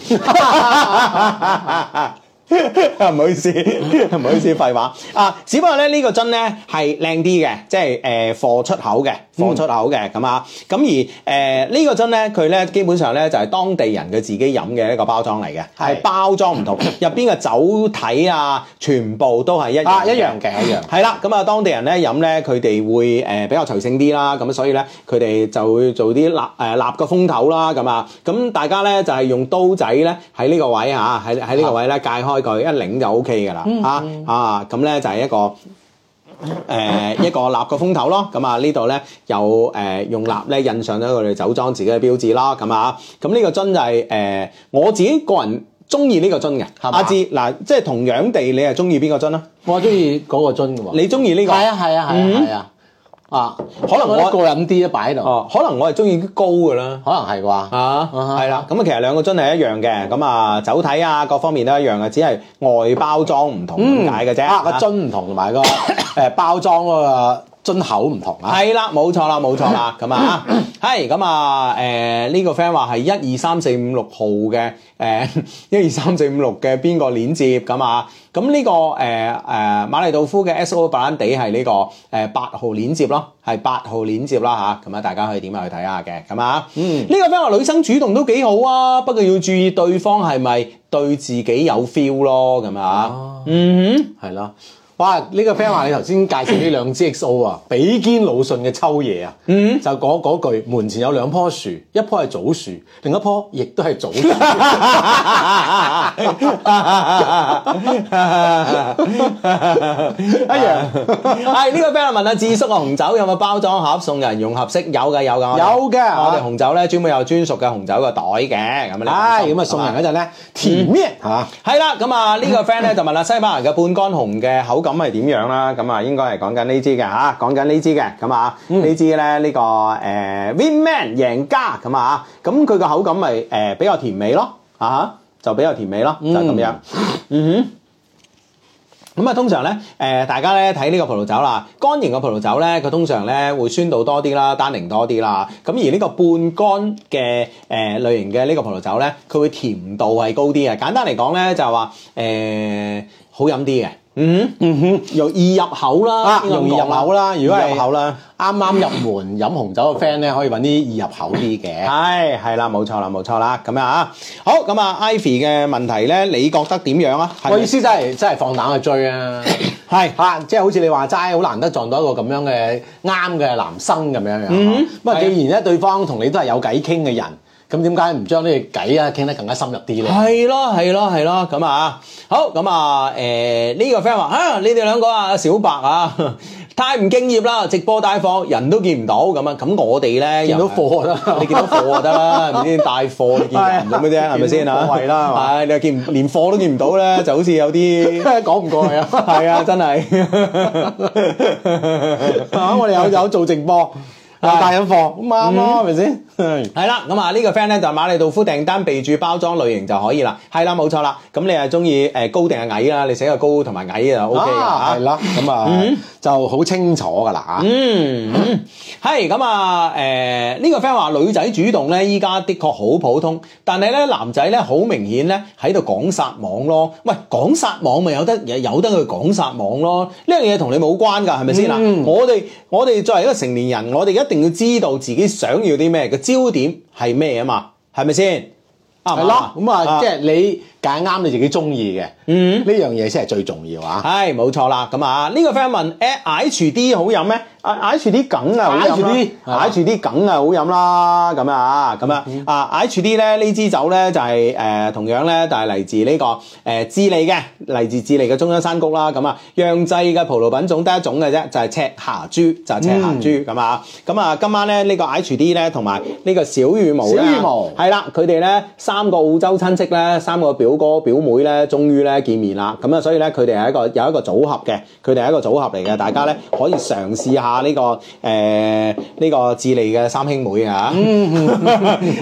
S1: 唔好意思， 唔好意思，廢話啊！只不過咧呢、個樽咧係靚啲嘅，即係誒貨出口嘅，
S2: 嗯
S1: 貨出口嘅咁啊。咁而誒、呃呢個樽咧，佢咧基本上咧就係、當地人佢自己飲嘅一個包裝嚟嘅，係包裝唔同，入邊嘅酒體啊，全部都係一樣
S2: 啊，一樣嘅，一樣。
S1: 係啦，咁啊，當地人咧飲咧，佢哋會誒、呃比較隨性啲啦，咁所以咧佢哋就會做啲立誒立個風頭啦，咁啊，咁大家咧就係、用刀仔咧喺呢個位嚇，喺喺呢個位咧界開佢，一擰就 O K 噶啦，
S2: 嗯
S1: 嚇啊，咁咧就係、一個誒、呃一個立個風頭咯，咁啊呢度咧有誒、呃用蠟咧印上咗佢哋酒莊自己嘅標誌啦，咁啊，咁呢個樽就係、呃我自己個人中意呢個樽嘅，
S2: 係嘛
S1: 阿志嗱，即係同樣地，你係中意邊個樽啊？
S2: 我中意嗰個樽嘅喎。
S1: 你中意呢個？
S2: 係啊係啊係啊係啊，啊，
S1: 可能我
S2: 覺得過癮啲啊，擺喺度，
S1: 哦，可能我係中意高嘅啦。
S2: 可能係啩。
S1: 啊，
S2: 啊哈
S1: 係啦，咁啊，其實兩個樽係一樣嘅，咁啊，酒體啊，各方面都一樣嘅，只係外包裝唔同咁解嘅啫。
S2: 啊個樽唔同，同埋 個誒包裝嗰個樽口唔同啊。
S1: 係啦，冇錯啦，冇錯啦，咁啊， 係咁啊，誒呢個 friend 話係一二三四五六號嘅，誒一二三四五六嘅邊個鏈接咁啊？咁呢個誒誒馬利道夫嘅 S.O. 白蘭地係呢個誒八號鏈接咯，係八號鏈接啦吓，咁啊大家可以點下去睇下嘅，咁啊，嗯，呢個 friend 話女生主動都幾好啊，不過要注意對方係咪對自己有 feel 咯，咁啊，嗯哼。
S2: 係咯。哇！呢、個 friend 話你頭先介紹呢兩支 XO 啊，比堅魯遜嘅秋夜啊，嗯、就講嗰句門前有兩棵樹，一棵係棗樹，另一棵亦都係棗 樹。
S1: 一樣。係呢個 friend 問阿智叔個紅酒有冇包裝盒送人用合適？有嘅有嘅，我哋
S2: 有嘅
S1: 我哋紅酒咧專門有專屬嘅紅酒嘅袋嘅，咁啊
S2: 唉，
S1: 你放心
S2: 咁啊送人嗰陣咧，甜咩嚇？
S1: 係啦，咁啊呢個 friend 咧就問啦，西班牙嘅半乾紅嘅口感係點樣啦？咁啊應該係講緊呢支嘅嚇，講緊呢支嘅咁啊呢支咧呢個誒 Winman 贏家咁啊，咁佢個口感咪誒比較甜美咯，啊就比較甜美咯，就係咁樣，嗯哼。咁啊，通常咧，誒、大家咧睇呢個葡萄酒啦，乾型嘅葡萄酒咧，佢通常咧會酸度多啲啦，單寧多啲啦。咁而呢個半乾嘅誒、類型嘅呢個葡萄酒咧，佢會甜度係高啲嘅。簡單嚟講咧，就係話誒好飲啲嘅。嗯嗯哼，又易入口啦，
S2: 啊，
S1: 應該咁
S2: 容易入
S1: 講啦
S2: 口啦。如果係
S1: 易入口啦，
S2: 啱啱入門飲紅酒嘅 friend 咧，可以揾啲易入口啲嘅。
S1: 係係啦，冇錯啦，冇錯啦，咁樣啊，好咁啊，Ivy 嘅問題咧，你覺得點樣啊？係咪
S2: 我意思真係真係放膽去追啊！
S1: 係
S2: 嚇、即係好似你話齋，好難得撞到一個咁樣嘅啱嘅男生咁樣樣。咁啊、
S1: 係啊
S2: 既然咧對方同你都係有偈傾嘅人，咁點解唔將呢個偈啊傾得更加深入啲咧？
S1: 係咯，係咯，係咯，咁啊，好咁啊，誒、呢、個 friend 話啊，你哋兩個啊，小白啊， 太唔敬業啦，直播帶貨人都見唔到咁啊，咁我哋咧
S2: 見到貨啦，
S1: 你見到貨就得啦，係咪先帶貨你見人咁 嘅啫，係咪先啊？
S2: 見到貨位啦係嘛
S1: 係你又見唔連貨都見唔到咧，就好似 有啲
S2: 講唔過去 啊！
S1: 係啊，真係
S2: 啊！我哋有有做直播，又帶緊貨，咁啱啊
S1: 嗯
S2: 咯，係咪先？
S1: 係啦，咁啊呢個 friend 咧就馬里道夫訂單備注包裝類型就可以啦。係啦，冇錯啦。咁你係中意誒高定係矮啊啦？你寫個高同埋矮就 O K
S2: 啊
S1: 啦
S2: 係。啦，咁啊就好清楚噶啦啊
S1: 嗯，嗯係咁啊，誒、呢、個 friend 話女仔主動咧，依家的確好普通，但係咧男仔咧好明顯咧喺度講撒網咯。喂，講撒網咪有得
S2: 嗯
S1: 有得佢講撒網咯？呢樣嘢同你冇關㗎，係咪先嗱？
S2: 嗯
S1: 我哋我哋作為一個成年人，我哋一定要知道自己想要啲咩，個焦點係咩啊嘛，係咪先？啱唔
S2: 嚇，係
S1: 啱
S2: 咯
S1: 啊，
S2: 咁啊即係你揀啱你自己中意嘅，嗯，呢樣嘢先係最重要啊！
S1: 係冇錯啦，咁啊呢個 friend 問誒 H D 好飲咩？啊 H D 梗係好飲啦
S2: HDD 係嘛
S1: ，H D 梗啊係好飲啦，咁啊咁啊啊 H D 咧呢支酒咧就係、呃同樣咧，就係嚟自呢、個誒、呃智利嘅，嚟自智利嘅中央山谷啦，咁啊釀製嘅葡萄品種得一種嘅啫，就係、赤霞珠，就係、赤霞珠咁啊，咁啊今晚咧呢、個 H D 咧同埋呢個小羽毛咧
S2: 小羽毛
S1: 係啦，佢哋咧三個澳洲親戚咧，三個表哥表妹咧，終於咧見面啦。咁啊，所以咧佢哋係一個有一個組合嘅，佢哋係一個組合嚟嘅。大家咧可以嘗試下呢、個誒呢、個智利嘅三兄妹啊。
S2: 嗯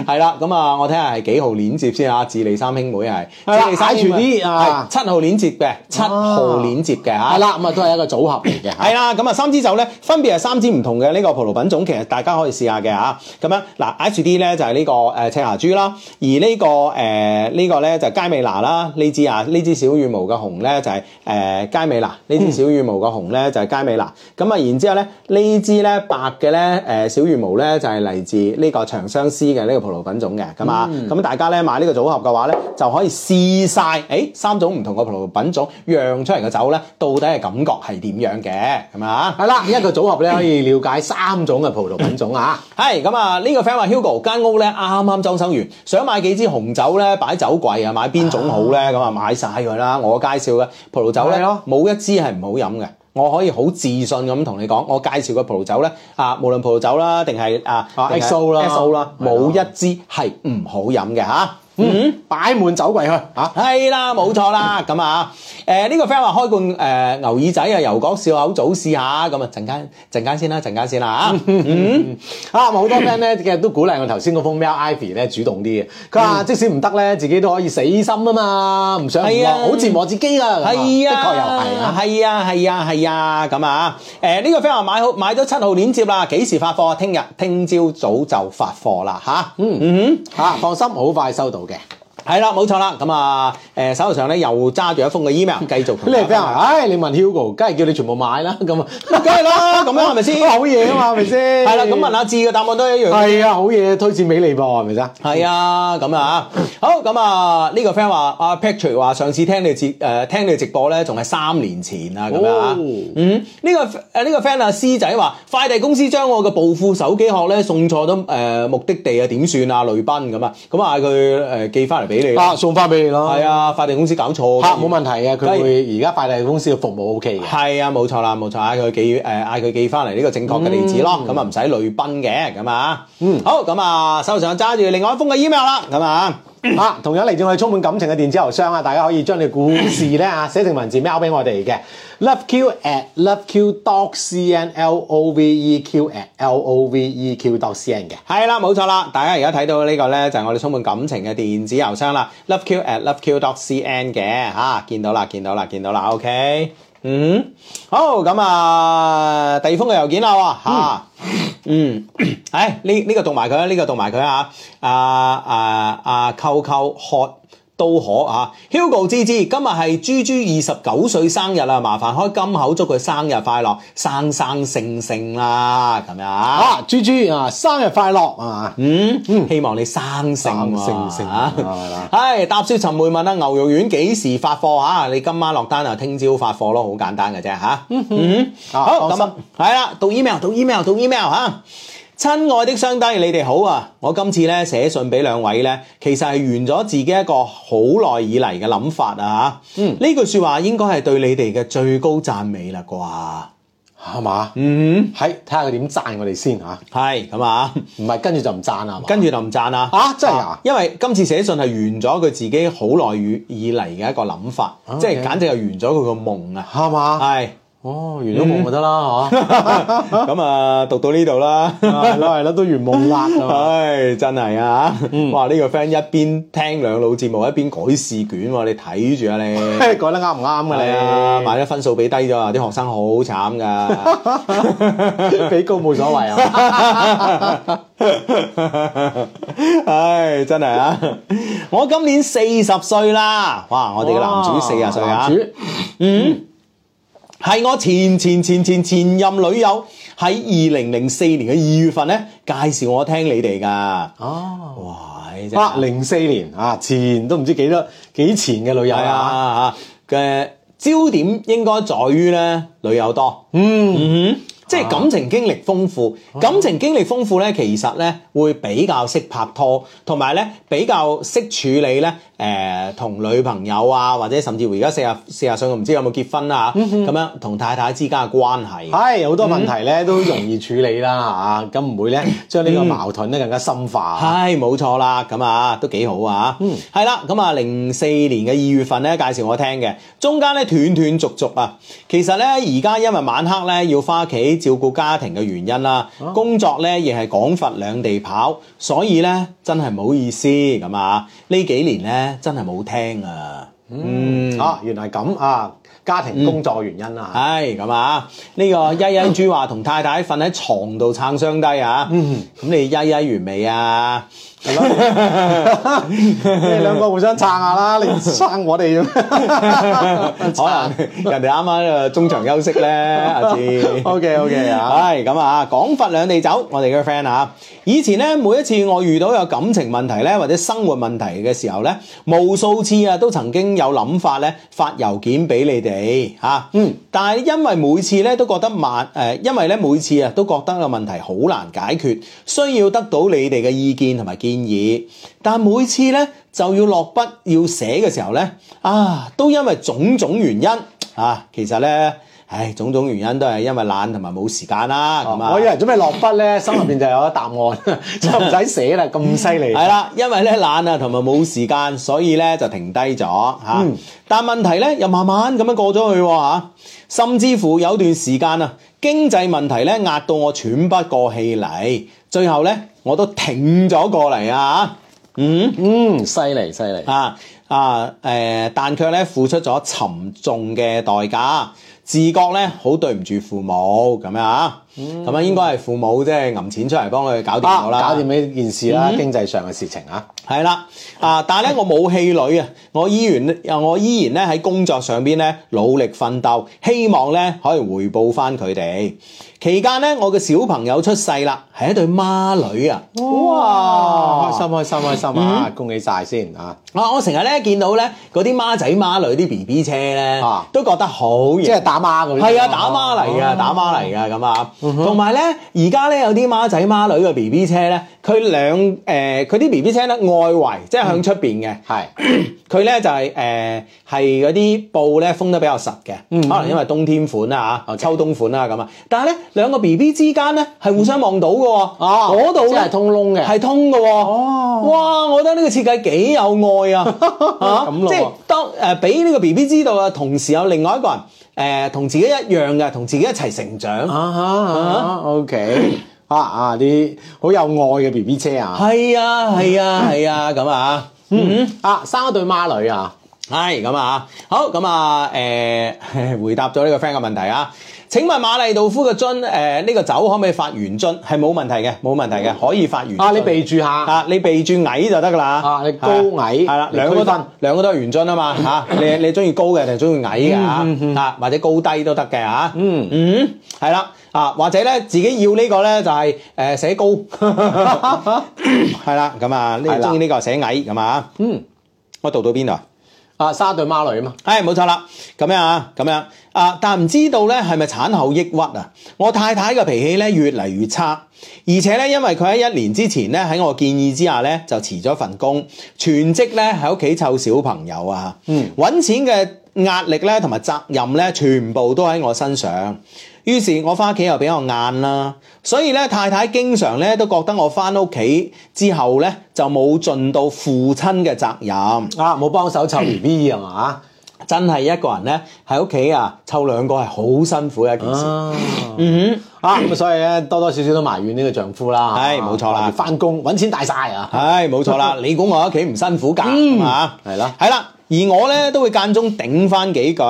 S1: 係啦，咁啊，我睇下係幾號鏈接先啊？智利三兄妹係
S2: 係啦
S1: 智利三兄妹
S2: IGD 啊
S1: 係七號鏈接嘅，七號鏈接嘅嚇
S2: 係。啦，咁啊都係一個組合嚟嘅嚇
S1: 係啦，咁啊三支酒咧，分別係三支唔同嘅呢個葡萄品種，其實大家可以試下嘅嚇。咁樣嗱，H D 咧就係呢個誒赤霞珠啦，而呢個誒呢個咧就係佳美娜啦，呢支啊呢支小羽毛嘅紅咧就係誒佳美娜，呢支小羽毛嘅紅咧就係佳美娜。咁啊，然之後咧呢支咧白嘅咧誒小羽毛咧就係嚟自呢個長相思嘅呢個葡萄品種嘅，咁啊，
S2: 嗯
S1: 咁大家咧買呢個組合嘅話咧就可以試晒，誒三種唔同嘅葡萄品種釀出嚟嘅酒咧，到底係感覺係點樣嘅，咁啊。
S2: 係啦，一個組合咧可以了解三種嘅葡萄品種啊！
S1: 係咁啊！呢個 friend 話 Hugo 間屋咧啱啱裝修完，想買幾支紅酒咧擺酒櫃啊，買邊種好咧？咁啊買晒佢啦！我介紹嘅葡萄酒咧
S2: 係咯，
S1: 冇一支係唔好飲嘅。我可以好自信咁同你講，我介紹嘅葡萄酒咧啊，無論葡萄酒啦，定係啊
S2: 啊
S1: 定係
S2: XO 啦
S1: XO
S2: 係
S1: 啦，
S2: 啊咯
S1: 冇一支係唔好飲嘅嚇。
S2: 嗯，擺滿酒櫃去嚇，
S1: 係啦，冇錯啦，咁啊，誒、呢、個 friend 話開罐誒、牛耳仔啊，油角笑口棗試下，咁啊陣間陣間先啦，陣間先啦嗯嚇。
S2: 嗯啊，好多 friend 咧，其實都鼓勵我頭先嗰封 mail Ivy 咧主動啲嘅。佢話即使唔得咧，自己都可以死心啊嘛，唔想唔
S1: 係
S2: 落，
S1: 啊
S2: 好折磨自己啊。咁啊
S1: 係啊，
S2: 的確又係啊。
S1: 係啊，係啊，係啊，咁啊，誒呢個 friend 話買好買咗七號鏈接啦，幾時發貨啊？聽日，聽朝早就發貨啦，吓，嗯嗯。
S2: 嚇，放心，好快收到嘅。
S1: 係啦，冇錯啦，咁啊，誒手頭上咧又揸住一封嘅 email，繼續
S2: 呢個
S1: 同
S2: friend
S1: 大家
S2: 話，唉，你問 Hugo，梗係叫你全部買啦，咁啊，
S1: 分享梗係啦，咁樣係咪先？
S2: 好嘢啊嘛，係啊咪先？
S1: 係啦，咁問阿志嘅答案都一樣。
S2: 係啊，好嘢，推薦俾你噃，係咪先？
S1: 係啊，咁啊，好咁啊，呢、個 friend 話阿 Patrick 話上次聽你節誒、呃、聽你直播咧，仲係三年前啊，咁樣
S2: 哦
S1: 啊嗯，呢、個誒呢、個 friend 阿師仔話，快遞公司將我嘅暴富手機殼咧送錯咗誒、呃目的地啊，點算啊？雷賓咁啊，咁啊嗌佢誒寄翻嚟俾你啦，
S2: 啊，送翻俾你咯。
S1: 係啊，快遞公司搞錯，
S2: 嚇，冇問題嘅，
S1: 梗係
S2: 佢會而家快遞公司嘅服務 OK 嘅。
S1: 係啊，冇錯啦，冇錯，嗌佢寄誒嗌佢寄翻嚟呢個正確嘅地址咯，
S2: 嗯
S1: 咁啊唔使累賓嘅，咁啊，嗯，好，咁啊手上揸住另外一封嘅 email 啦，咁啊。
S2: 啊，同樣嚟自我哋充滿感情嘅電子郵箱啊，大家可以將你故事咧啊寫成文字 mail 俾我哋嘅 loveq at loveq dot cn l o v e q at l o v e q dot cn 嘅。
S1: 係啦，冇錯啦，大家而家睇到呢個呢，就係我哋充滿感情嘅電子郵箱啦，loveq at loveq dot cn 嘅嚇、啊，見到啦，見到啦，見到啦，OK，嗯，好咁啊，第二封嘅郵件啦喎嚇。嗯，唉，呢呢、個讀埋佢啊，呢、個讀埋佢啊，啊啊啊，扣扣喝都可啊。Hugo 芝芝，今日係豬豬二十九歲生日啊啦，麻煩開金口祝佢生日快樂，生生性性啦，咁樣啊。
S2: 啊，豬豬啊，生日快樂啊！
S1: 嗯，希望你生性
S2: 生
S1: 喎
S2: 性性
S1: 啊
S2: 係啦
S1: 係搭雪尋梅問啊，牛肉丸幾時發貨啊？你今晚落單啊，聽朝發貨咯，好簡單嘅啫嚇。嗯，
S2: 啊
S1: 好
S2: 放
S1: 咁
S2: 心
S1: 啊，係啦，讀 email，讀 email，讀 email 嚇。親愛的雙低，你哋好啊！我今次咧寫信俾兩位咧，其實係完咗自己一個好耐以嚟嘅諗法啊嚇。嗯，呢句説話應該係對你哋嘅最高讚美啦啩。
S2: 係嘛？
S1: 嗯，
S2: 係睇下佢點讚我哋先嚇，
S1: 係咁啊。
S2: 唔係跟住就唔讚啊啦，係嘛
S1: 跟住就唔讚啦。
S2: 啊真係啊
S1: 因為今次寫信係完咗佢自己好耐以以嚟嘅一個諗法，
S2: 啊 OK
S1: 即係簡直係完咗佢個夢啊！
S2: 係嘛？
S1: 係
S2: 哦，完咗夢咪得啦嚇，
S1: 咁啊，讀到呢度啦。
S2: 係咯係咯，都完夢啦係 嘛。
S1: 唉，真係啊！
S2: 嗯
S1: 哇，呢個 friend 一邊聽兩老節目，一邊改試卷喎，你睇住 啊你！
S2: 講得啱唔啱
S1: 係
S2: 㗎
S1: 啊，
S2: 你？
S1: 買咗分數俾低咗啊！啲學生好慘㗎。
S2: 俾高冇所謂啊！
S1: 唉，真係啊！我今年四十歲啦，哇！我哋嘅男主四十歲啊
S2: 男。主
S1: 係我前前前前前任女友喺二零零四年嘅二月份咧，介紹我聽你哋噶。
S2: 哦，
S1: 哇！真
S2: 啊
S1: 係
S2: 零四年啊，前都唔知幾多幾前嘅女友
S1: 係
S2: 啊，
S1: 啊嚇嘅焦點應該在於咧女友多，
S2: 嗯，
S1: 即係感情經歷豐富。感情經歷豐富咧，其實咧會比較識拍拖，同埋咧比較識處理咧誒同女朋友啊，或者甚至乎而家四啊四啊歲，我唔知有冇結婚啊咁樣同太太之間嘅關係。
S2: 係好多問題咧都容易處理啦啊嚇，咁唔會咧將呢個矛盾咧更加深化。啊
S1: 係冇錯啦，咁啊都幾好啊，係啦，咁啊零四年嘅二月份咧介紹我聽嘅，中間咧斷斷續續啊，其實咧而家因為晚黑咧要翻屋企照顧家庭嘅原因啦，工作咧亦係廣佛兩地跑，所以咧真係唔好意思咁啊，呢幾年咧真係冇聽啊。
S2: 嗯，啊，原來咁啊，家庭工作原因啦
S1: 係咁啊！呢、個曳曳豬話同太太瞓喺床度撐雙低啊！咁你曳曳完未啊？
S2: 嚇，你哋兩個互相撐下 啦，你撐我哋，
S1: 可能人哋啱啱誒中場休息咧，阿志。
S2: OK OK 啊，
S1: 唉，咁啊，廣佛兩地走，我哋嘅 friend 啊，以前咧每一次我遇到有感情問題咧，或者生活問題嘅時候咧，無數次啊都曾經有諗法咧發郵件俾你哋嚇，嗯，但係因為每次咧都覺得慢誒、因為咧每次啊都覺得個問題好難解決，需要得到你哋嘅意見同埋建議，但每次咧就要落筆要寫嘅時候咧，啊，都因為種種原因啊，其實咧。唉，種種原因都係因為懶同埋冇時間啦，咁
S2: 哦
S1: 啊，
S2: 我以為準備落筆 咧，心入邊就有咗答案，就唔使寫啦，咁犀利。
S1: 係啦，因為咧懶啊同埋冇時間，所以咧就停低咗嚇。
S2: 嗯
S1: 但問題咧又慢慢咁樣過咗去喎嚇，甚至乎有段時間啊，經濟問題咧壓到我喘不過氣嚟，最後咧我都挺咗過嚟啊嗯。
S2: 嗯，犀利犀利。
S1: 啊啊誒、但卻咧付出咗沉重嘅代價，自覺咧好對唔住父母咁樣啊，咁樣應該係父母即係揞錢出嚟幫佢搞
S2: 嗯
S1: 掂嗯
S2: 啊，
S1: 咗啦，
S2: 搞掂呢件事啦，經濟上嘅事情啊，
S1: 係啦，啊！但係咧，我冇氣餒啊，我依然啊，我依然咧喺工作上邊咧努力奮鬥，希望咧可以回報翻佢哋。期間咧，我嘅小朋友出世啦，係一對孖女啊！
S2: 哦哇，開心開心開心
S1: 嗯
S2: 啊，恭喜晒先啊！
S1: 啊！我成日咧見到咧嗰啲孖仔孖女啲 B B 車咧，
S2: 啊
S1: 都覺得好型
S2: 即係打孖嗰啲，
S1: 係啊，打孖嚟噶，
S2: 哦嗯
S1: 打孖嚟噶咁啊。同埋咧，而家咧有啲孖仔孖女嘅 B B 車咧，佢兩誒佢啲 B B 車咧外圍即係向出邊
S2: 嗯
S1: 嘅，
S2: 係
S1: 佢咧就係誒係嗰啲布咧封得比較實嘅，
S2: 嗯
S1: 可能因為冬天款啊嚇，秋冬款啦咁啊。但係咧兩個 B B 之間咧係互相望到嘅喎，
S2: 哦
S1: 嗰度
S2: 即
S1: 咧
S2: 係通窿嘅
S1: 係通嘅喎。
S2: 啊哦
S1: 哇！我覺得呢個設計幾有 愛啊，嚇
S2: 咁咯喎
S1: 即係當誒俾呢個 B B 知道啊，同時有另外一個人誒、同自己一樣嘅，同自己一齊成長。
S2: 啊哈啊，OK 啊啊啲好有愛嘅 B B 車啊，
S1: 係啊，係啊，係啊，咁啊，
S2: 嗯啊生一對孖女啊，
S1: 係咁啊，好咁啊，誒、回答咗呢個 friend 嘅問題啊。請問馬麗道夫嘅樽誒呢、個酒可唔可以發圓樽？係冇問題嘅，冇問題嘅，可以發圓樽。
S2: 啊，你備注下，
S1: 啊，你備注矮就得噶啦。
S2: 啊你高矮
S1: 係啦，
S2: 嚟
S1: 兩個
S2: 區
S1: 都
S2: 分嗯
S1: 兩個都係圓樽啊嘛嚇。你你中意高嘅定中意矮嘅嚇？啊，或者高低都得嘅嚇。嗯嗯，係啦。啊，或者咧，自己要呢個咧就係誒寫 高，係啦，咁啊，呢
S2: 係
S1: 個
S2: 啦
S1: 中意呢個寫矮咁啊，
S2: 嗯，
S1: 我讀到邊度啊？
S2: 啊沙對孖女啊嘛，
S1: 係冇錯啦，咁樣啊，咁樣啊，但唔知道咧係咪產後抑鬱啊？我太太嘅脾氣咧越嚟越差，而且咧因為佢喺一年之前咧喺我建議之下咧就辭咗份工，全職咧喺屋企湊小朋友啊，嗯，揾錢嘅壓力咧同埋責任咧全部都喺我身上。於是我翻屋企又比較晏啦，所以咧太太經常咧都覺得我翻屋企之後咧就冇盡到父親嘅責任。
S2: 啊冇幫手
S1: 嗯
S2: 湊 B B 啊嘛，
S1: 真係一個人咧喺屋企啊，湊兩個係好辛苦嘅一件事。
S2: 啊，嗯，啊咁所以咧多多少少都埋怨呢個丈夫啦，啊
S1: 係冇錯啦
S2: 翻工揾錢大晒啊，
S1: 唉，冇錯 啦，你估我喺屋企唔辛苦㗎
S2: 嗯
S1: 係嘛？
S2: 係啦
S1: 係啦。而我咧都會間中頂翻幾句，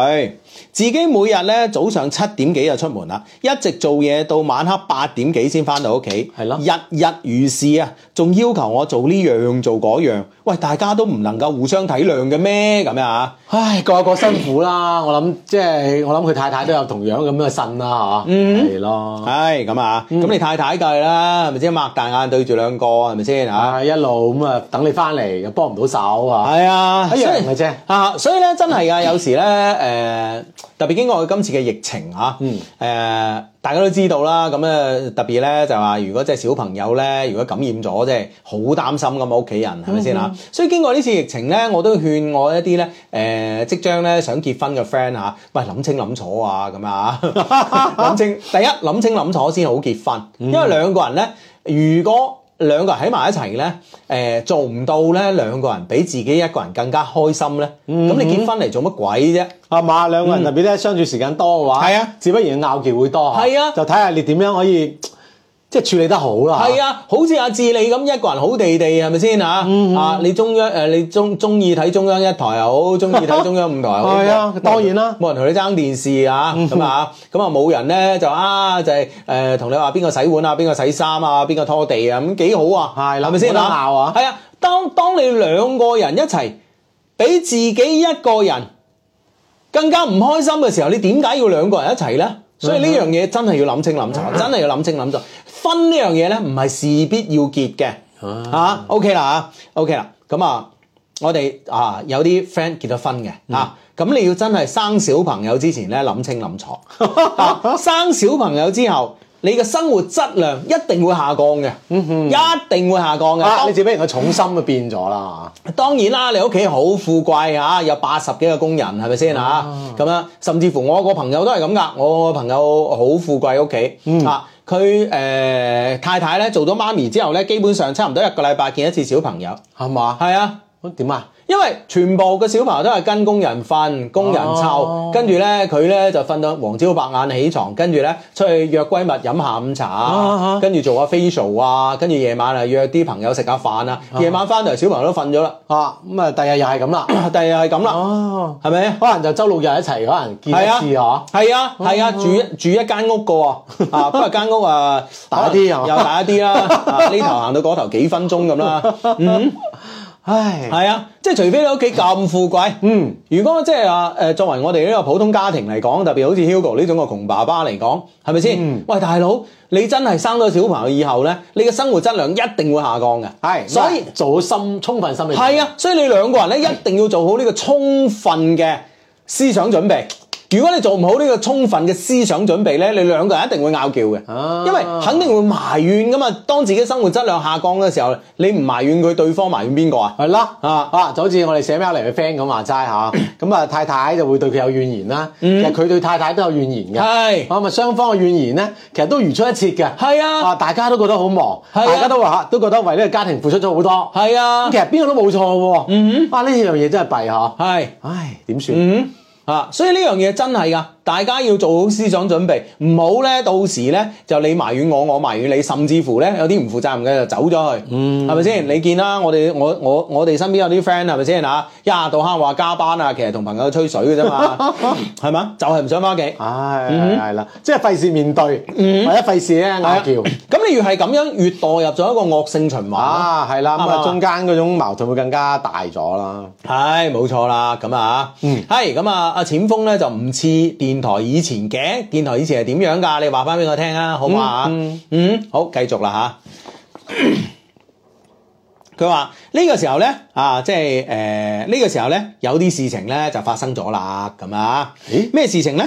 S1: 自己每日咧早上七點幾就出門啦，一直做嘢到晚黑八點幾先翻到屋企，
S2: 係咯
S1: 日日如是啊，仲要求我做呢樣做嗰樣，喂，大家都唔能夠互相體諒嘅咩？咁樣啊？
S2: 唉，各有各辛苦啦，我諗即係我諗佢太太都有同樣咁嘅呻啦嚇，
S1: 嗯
S2: 係咯，
S1: 唉，咁啊，咁你太太梗係啦，係咪先擘大眼對住兩個係咪先啊？
S2: 啊一路咁啊等你翻嚟又幫唔到手啊，
S1: 係啊，
S2: 一樣
S1: 所以
S2: 嘅啫
S1: 啊，所以咧真係噶，有時咧誒、呃特別經過今次嘅疫情啊，嗯誒、大家都知道啦，咁誒特別咧就話，如果即係小朋友咧，如果感染咗，即係好擔心咁啊，屋企人係咪先
S2: 嗯
S1: 啊？所以經過呢次疫情咧，我都勸我一啲咧誒，即將咧想結婚嘅 friend 嚇，喂諗清諗楚啊，咁 啊，諗清第一諗清諗楚先好結婚，
S2: 嗯
S1: 因為兩個人咧，如果兩個人喺埋一齊咧，誒、做唔到咧，兩個人比自己一個人更加開心咧，咁、
S2: 嗯
S1: 你結婚嚟做乜鬼啫？
S2: 係嘛？啊兩個人特別咧相處時間多嘅話，
S1: 係啊
S2: 自不然拗撬會多嚇
S1: 係啊
S2: 就睇下你點樣可以即係處理得好啦。
S1: 係啊，好似阿志你咁一個人好地地係咪先啊？
S2: 嗯
S1: 啊，你中央誒、你中中意睇中央一台又好，中意睇中央五台又好，
S2: 係啊
S1: 冇人
S2: 當然啦嗯
S1: 冇人同你爭電視啊，咁啊，咁啊冇人咧就啊就係誒同你話邊個洗碗啊，邊個洗衫啊，邊個拖地啊，咁幾好啊，
S2: 係啦
S1: 係咪先
S2: 冇得拗啊
S1: 係啊，當當你兩個人一齊，俾自己一個人更加唔開心嘅時候，你點解要兩個人一齊
S2: 嗯
S1: 呢？所以呢樣嘢真係要諗清諗楚，真係要諗清諗楚。婚呢樣嘢呢，唔係事必要結嘅
S2: 啊
S1: 啊 OK 啦啊，OK 啦。咁啊，我哋啊有啲 friend 結咗婚嘅
S2: 嗯
S1: 啊，咁你要真係生小朋友之前呢，諗清諗楚 啊生小朋友之後。你嘅生活質量一定會下降嘅，一定會下降
S2: 嗯
S1: 嘅。
S2: 啊，
S1: 當
S2: 你自不然個重心就變咗啦。
S1: 當然啦，你屋企好富貴嚇，有八十幾個工人，係咪先嚇？
S2: 啊
S1: 咁樣，甚至乎我個朋友都係咁噶，我個朋友好富貴屋企、
S2: 嗯
S1: 啊。佢誒、呃太太咧做咗媽咪之後咧，基本上差唔多一個禮拜見一次小朋友。
S2: 係嘛？
S1: 係啊，
S2: 咁點啊？
S1: 因為全部嘅小朋友都係跟工人瞓，工人湊
S2: 哦，
S1: 跟住咧佢咧就瞓到黃朝白眼起床，跟住咧出去約閨蜜飲下午茶
S2: 啊，
S1: 跟住做下 facial 啊，跟住夜晚啊約啲朋友食下飯啊，夜晚翻嚟小朋友都瞓咗啦。
S2: 啊，咁啊，第日又係咁啦。
S1: 第日係咁啦，
S2: 哦，
S1: 係咪？
S2: 可能就周六日一齊，可能見
S1: 係啊，
S2: 一次哦嗬。
S1: 係啊，係啊，住一住一間屋嘅喎，啊，不過間屋啊
S2: 大啲啊
S1: 又大一啲啦，啊呢頭行到嗰頭幾分鐘咁啦，嗯，
S2: 唉，
S1: 係啊，即係除非你屋企咁富貴，
S2: 嗯，
S1: 如果即係話誒，作為我哋呢個普通家庭嚟講，特別好似 Hugo 呢種個窮爸爸嚟講，係咪先？喂，大佬，你真係生咗小朋友以後咧，你嘅生活質量一定會下降嘅，
S2: 係，
S1: 所以。
S2: 做好心充分心理。
S1: 係啊，所以你兩個人咧一定要做好呢個充分嘅思想準備。如果你做唔好呢個充分嘅思想準備咧，你兩個人一定會拗撬嘅，
S2: 啊
S1: 因為肯定會埋怨噶嘛。當自己生活質量下降嘅時候，你唔埋怨佢，對方埋怨邊個啊？
S2: 係啦，
S1: 啊
S2: 啊就好似我哋寫 mail 嚟嘅 friend 咁話齋 嚇，咁啊太太就會對佢有怨言啦，其實佢對太太都有怨言嘅，
S1: 嗯係
S2: 啊咪雙方嘅怨言咧，其實都如出一轍嘅，
S1: 係啊
S2: 啊大家都覺得好忙，
S1: 係啊
S2: 大家都話都覺得為呢個家庭付出咗好多，
S1: 係嗯啊
S2: 咁其，實邊個都冇錯喎，啊呢樣嘢真係弊嚇，
S1: 係。嗯
S2: 唉點算？
S1: 嗯啊，所以呢樣嘢真係噶，大家要做好思想準備，唔好咧到時咧就你埋怨我，我埋怨你，甚至乎咧有啲唔負責任嘅就走咗去，
S2: 嗯
S1: 係咪先？你見啦，我哋我我我哋身邊有啲 friend 係咪先啊嚇，一日到黑話加班啊，其實同朋友吹水嘅 啫嘛，係嘛？就係唔想翻屋企。
S2: 唉，
S1: 嗯
S2: 係啦，即係費事面對，或者費事咧
S1: 係
S2: 嗌
S1: 啊
S2: 叫。
S1: 咁你越係咁樣，越墮入咗一個惡性循環咯。
S2: 啊，係啦，咁
S1: 啱
S2: 啊
S1: 啊
S2: 中間嗰種矛盾會更加大咗啦。
S1: 係冇錯啦，咁啊，嗯，係咁啊，阿淺峰咧就唔似電台以前嘅，電台以前係點樣㗎？你話翻俾我聽啊，好唔好啊？嗯好，繼續啦吓，佢話呢個時候咧啊，即係誒呢個時候咧，有啲事情咧就發生咗啦，咁啊
S2: 咦，
S1: 咩事情咧？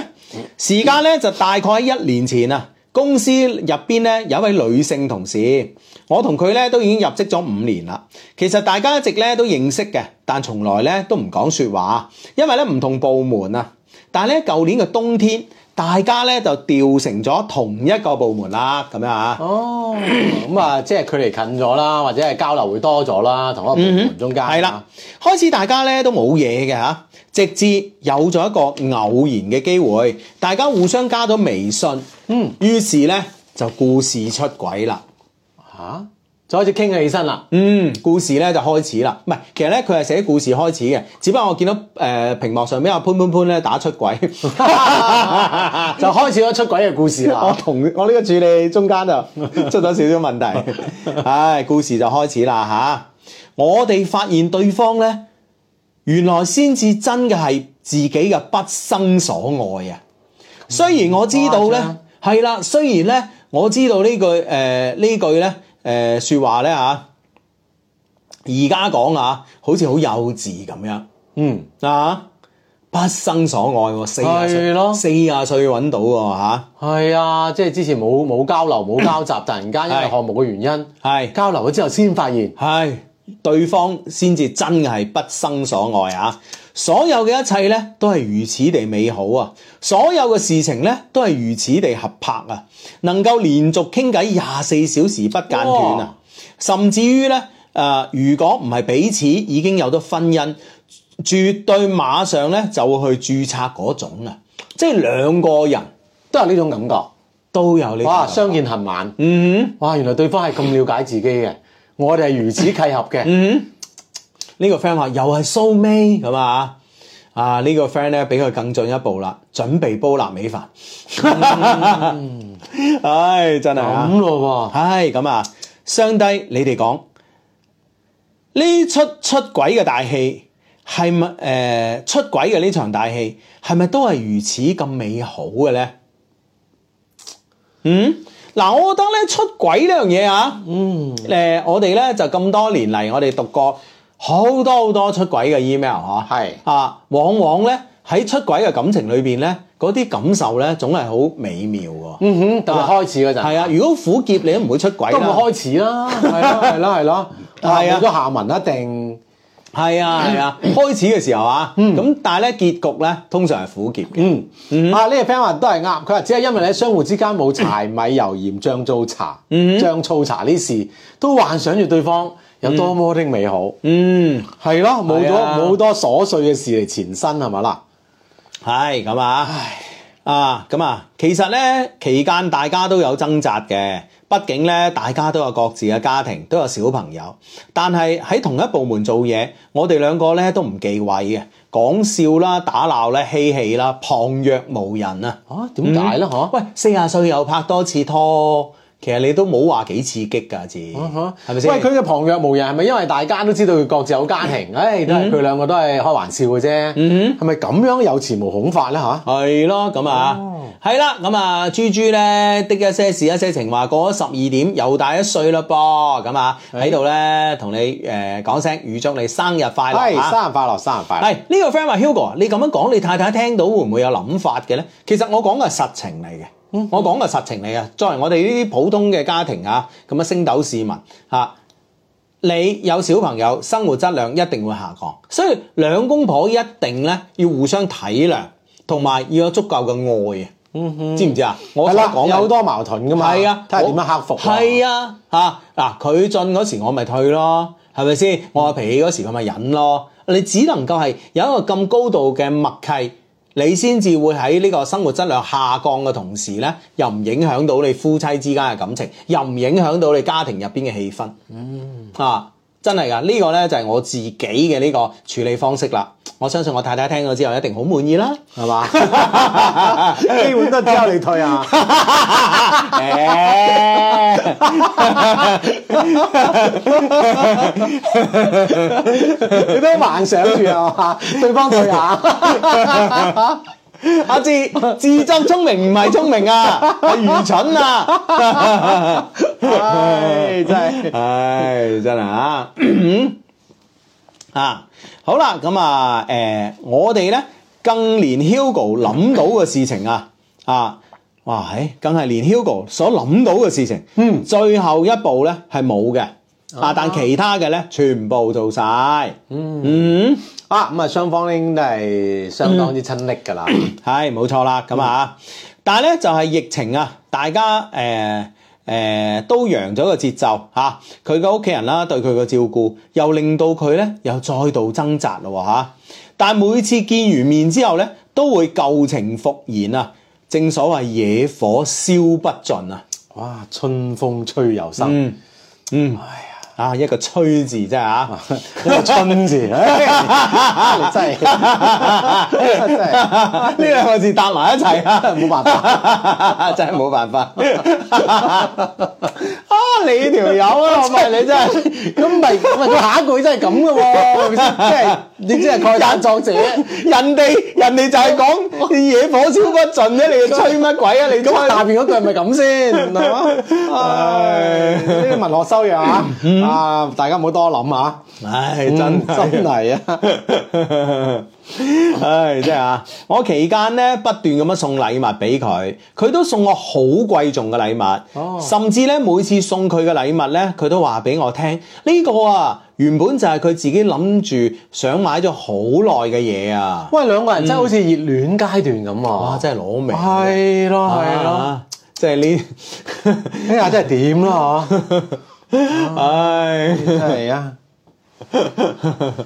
S1: 時間咧就大概喺一年前啊，公司入邊咧有一位女性同事，我同佢咧都已經入職咗五年啦。其實大家一直咧都認識嘅，但從來咧都唔講説話，因為咧唔同部門啊。但係咧舊年嘅冬天，大家咧就調成咗同一個部門啦，咁樣啊。
S2: 哦，咁
S1: 嗯
S2: 啊，即係距離近咗啦，或者係交流會多咗啦，同一個部門中間
S1: 嗯係啦，，啊開始大家咧都冇嘢嘅嚇，直至有咗一個偶然嘅機會，大家互相加咗微信，嗯，於是咧就故事出軌啦。
S2: 啊嚇，就開始傾起身啦。
S1: 嗯，故事咧就開始啦，唔係，其實咧佢係寫故事開始嘅，只不過我見到誒、呃屏幕上邊阿潘潘潘咧打出軌，
S2: 就開始咗出軌嘅故事
S1: 我
S2: 啦。
S1: 同我呢個處理中間就 出咗少少 問題，唉，故事就開始啦吓、我哋發現對方呢，原來先至真嘅係自己嘅不生所愛啊！雖然我知道
S2: 哇
S1: 呢，係啦，雖然呢，我知道呢句誒呢、句呢誒、呃、説話呢，嚇、而家講啊，好似好幼稚咁樣。
S2: 嗯，
S1: 啊！不生所愛喎，四啊
S2: 係咯
S1: 歲，四啊歲揾到喎嚇，
S2: 係啊，即係之前冇冇交流冇交 集，突然間因為
S1: 係
S2: 項目嘅原因，
S1: 係
S2: 交流咗之後先發現。
S1: 係對方先至真係不生所愛啊！所有嘅一切呢，都係如此地美好啊！所有嘅事情呢，都係如此地合拍啊！能夠連續傾偈廿四小時不間斷
S2: 哇
S1: 啊！甚至於呢，誒、呃如果唔係彼此已經有咗婚姻，絕對馬上呢就會去註冊嗰種啊！即係兩個人
S2: 都有呢種感覺。
S1: 都有呢種
S2: 哇，
S1: 感覺
S2: 相見恨晚。
S1: 嗯
S2: 哇，原來對方係咁了解自己嘅，我哋係如此契合嘅。
S1: 嗯，呢、個 friend 話又係蘇眉咁啊，啊呢、個 friend 咧比佢更進一步啦，準備煲臘味飯， 唉真係啊！
S2: 咁咯
S1: 唉，咁啊，相低你哋講呢出出軌嘅大戲係咪誒呃出軌嘅呢場大戲係咪都係如此咁美好嘅咧？嗯，嗱，我覺得咧出軌呢樣嘢啊，嗯，誒、我哋咧就咁多年嚟，我哋讀過好多好多出軌嘅 email 啊，
S2: 係
S1: 啊，往往咧喺出軌嘅感情裏邊咧，嗰啲感受咧總係好美妙喎。
S2: 喎。嗯哼，特別開始嗰陣。
S1: 係啊，如果苦澀你都唔會出軌
S2: 都唔
S1: 啦。
S2: 會開始啦，係啦係啦係啦，
S1: 係啊
S2: 冇咗下文一定
S1: 係啊係啊，開始嘅時候啊，咁但係咧結局咧通常係苦澀嘅。
S2: 嗯啊呢個 friend 話都係啱，佢話只係因為咧相互之間冇柴米油鹽醬醋茶，
S1: 嗯
S2: 醬醋茶呢事都幻想住對方有多麼的美好，
S1: 嗯，
S2: 係咯冇咗
S1: 係啊
S2: 冇多瑣碎嘅事嚟前身係咪啦？
S1: 係咁啊。啊，咁啊，其實咧期間大家都有掙扎嘅，畢竟咧大家都有各自嘅家庭，都有小朋友。但係喺同一部門做嘢，我哋兩個咧都唔忌諱嘅，講笑啦、打鬧咧、嬉戲啦，旁若無人啊。
S2: 啊點解咧？嗬、
S1: 喂，四廿歲又拍多次拖，其實你都冇話幾刺激㗎，字係咪先？
S2: 啊喂，佢嘅旁若無人係咪因為大家都知道佢各自有家
S1: 嗯
S2: 庭？唉、都係佢兩個都係開玩笑嘅啫。係咪咁樣有恃無恐法咧？嚇、
S1: 係咯，咁啊，
S2: 哦
S1: 係啦，咁啊，豬豬咧的一些事一些情話過咗十二點，又大一歲啦噃，咁啊喺度咧同你誒講聲預祝你生日快
S2: 係
S1: 樂啊！
S2: 生日快樂，生日快樂！
S1: 係呢、個 friend 話 Hugo，啊你咁樣講，你太太聽到會唔會有諗法嘅咧？其實我講嘅係實情嚟嘅。
S2: 嗯
S1: 我講嘅係實情嚟嘅，作為我哋呢啲普通嘅家庭啊，咁啊星斗市民啊，你有小朋友，生活質量一定會下降，所以兩公婆一定咧要互相體諒，同埋要有足夠嘅愛啊，知唔知啊？我
S2: 嗯係
S1: 所
S2: 啦，
S1: 講
S2: 有
S1: 嘅
S2: 好多矛盾噶嘛，
S1: 係啊，
S2: 睇下點樣克服。
S1: 係
S2: 啊，
S1: 啊，嚇嗱，佢進嗰時我咪退咯，係咪先？我有脾氣嗰時佢咪忍咯。你只能夠係有一個咁高度嘅默契，你先至會喺呢個生活質量下降嘅同時呢，又唔影響到你夫妻之間嘅感情，又唔影響到你家庭入邊嘅氣氛。嗯，啊，真係㗎，呢、個呢就係我自己嘅呢個處理方式啦。我相信我太太聽咗之後一定好滿 意啦。
S2: 係嘛？基本都係之後你退啊！你都幻想住啊嘛，對方退啊下，
S1: 阿志自作聰明唔係聰明啊，係愚蠢啊！
S2: 唉，真係
S1: 唉，真係啊！ 啊，好啦，咁啊，誒、我哋咧更連 Hugo 諗到嘅事情啊，啊，哇，係，更係連 Hugo 所諗到嘅事情，嗯，最後一步咧係冇嘅，啊，但其他嘅咧全部做晒，嗯。
S2: 啊！咁啊，雙方咧應該係相當之親力㗎啦。
S1: 係冇錯啦，咁啊，但係咧就係、疫情啊，大家誒誒、呃呃都揚咗個節奏嚇，佢嘅屋企人啦對佢嘅照顧，又令到佢咧又再度掙扎咯嚇、但係每次見完面之後咧，都會舊情復燃啊！正所謂野火燒不盡啊！
S2: 哇！春風吹又生，
S1: 嗯嗯，啊一個吹字啫啊嚇。
S2: 一個春字， 唉你真係真係。
S1: 呢兩個字搭埋一齊啊，
S2: 冇辦
S1: 法， 真係冇辦法。啊，你條友啊，唔係你真係
S2: 咁咪咁咪佢下一句真係咁嘅喎，係咪先？即係你真係概彈作者，
S1: 人哋人哋就係講野火燒不盡啫，你吹乜鬼啊？你
S2: 咁
S1: 吹
S2: 下邊嗰句係咪咁先？係嘛？唉，呢個文學修養啊，啊，大家唔好多諗啊，
S1: 唉，真係
S2: 真係啊！
S1: 唉，真係啊！我期間咧不斷咁樣送禮物俾佢，佢都送我好貴重嘅禮物，
S2: 哦
S1: 甚至咧每次送佢嘅禮物咧，佢都話俾我聽呢、個啊，原本就係佢自己諗住想買咗好耐嘅嘢啊！
S2: 喂，兩個人真係好似熱戀階段咁
S1: 哇，
S2: 啊！
S1: 真係攞命！
S2: 係咯，係咯，
S1: 啊，即係呢，
S2: 呢下真係點啦嚇！
S1: 唉，
S2: 真 係啊！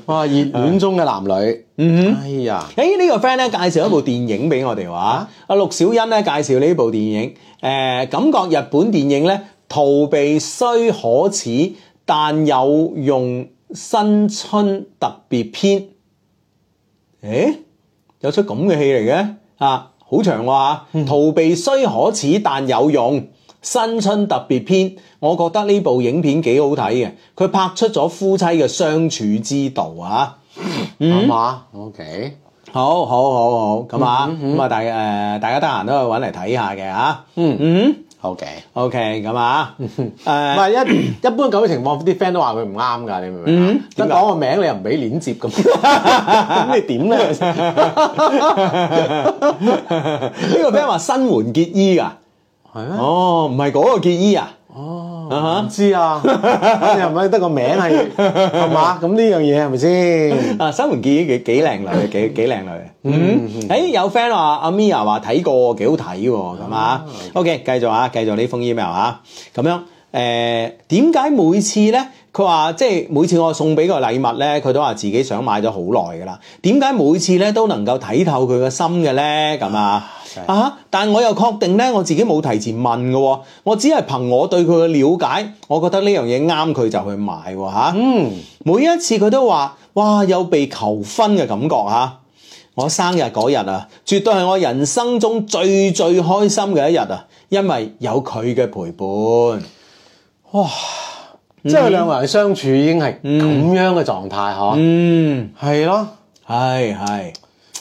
S2: 哇，熱戀中嘅男女，嗯，哎呀，
S1: 誒呢個 friend 咧介紹一部電影俾我哋話，阿陸小欣咧介紹呢部電影，誒、感覺日本電影咧逃避雖可恥，但有用新春特別篇。誒、有出咁嘅戲嚟嘅啊，好長喎、啊、逃避雖可恥，但有用。新春特別篇，我覺得呢部影片幾好睇嘅，佢拍出咗夫妻嘅相處之道啊！
S2: 係嘛？OK，
S1: 好好好好，咁啊，咁啊，大誒、大家得閒都去揾嚟睇下嘅嚇。
S2: 嗯
S1: 嗯
S2: ，OK。
S1: ，OK，咁啊，
S2: 唔
S1: 誒，
S2: 係一一般咁嘅情況，啲 friend 都話佢唔啱㗎，你明唔明啊？得
S1: 點解
S2: 講個名，你又唔俾鏈接咁，咁你 點咧？
S1: 呢個 friend 話新垣結衣㗎，
S2: 係咩？
S1: 哦，唔係嗰個結衣啊，
S2: 哦，唔知啊，你又唔係得個名係係嘛？咁呢樣嘢係咪先？
S1: 啊，新垣結衣幾幾靚女，幾幾靚女。嗯，誒有 friend 話阿 Mia 話睇過幾好睇喎，咁啊，OK，繼續啊，繼續呢封 email 啊，咁樣誒點解每次咧？佢話即係每次我送俾個禮物咧，佢都話自己想買咗好耐㗎啦。點解每次咧都能夠睇透佢嘅心嘅咧？咁啊啊！但我又確定咧，我自己冇提前問嘅喎，我只係憑我對佢嘅了解，我覺得呢樣嘢啱佢就去買喎嚇。
S2: 嗯，
S1: 每一次佢都話：哇，有被求婚嘅感覺嚇！我生日嗰日啊，絕對係我人生中最最開心嘅一日啊，因為有佢嘅陪伴。
S2: 即係兩個人相處已經係咁樣嘅狀態嗬，
S1: 嗯，
S2: 係咯。
S1: 係係，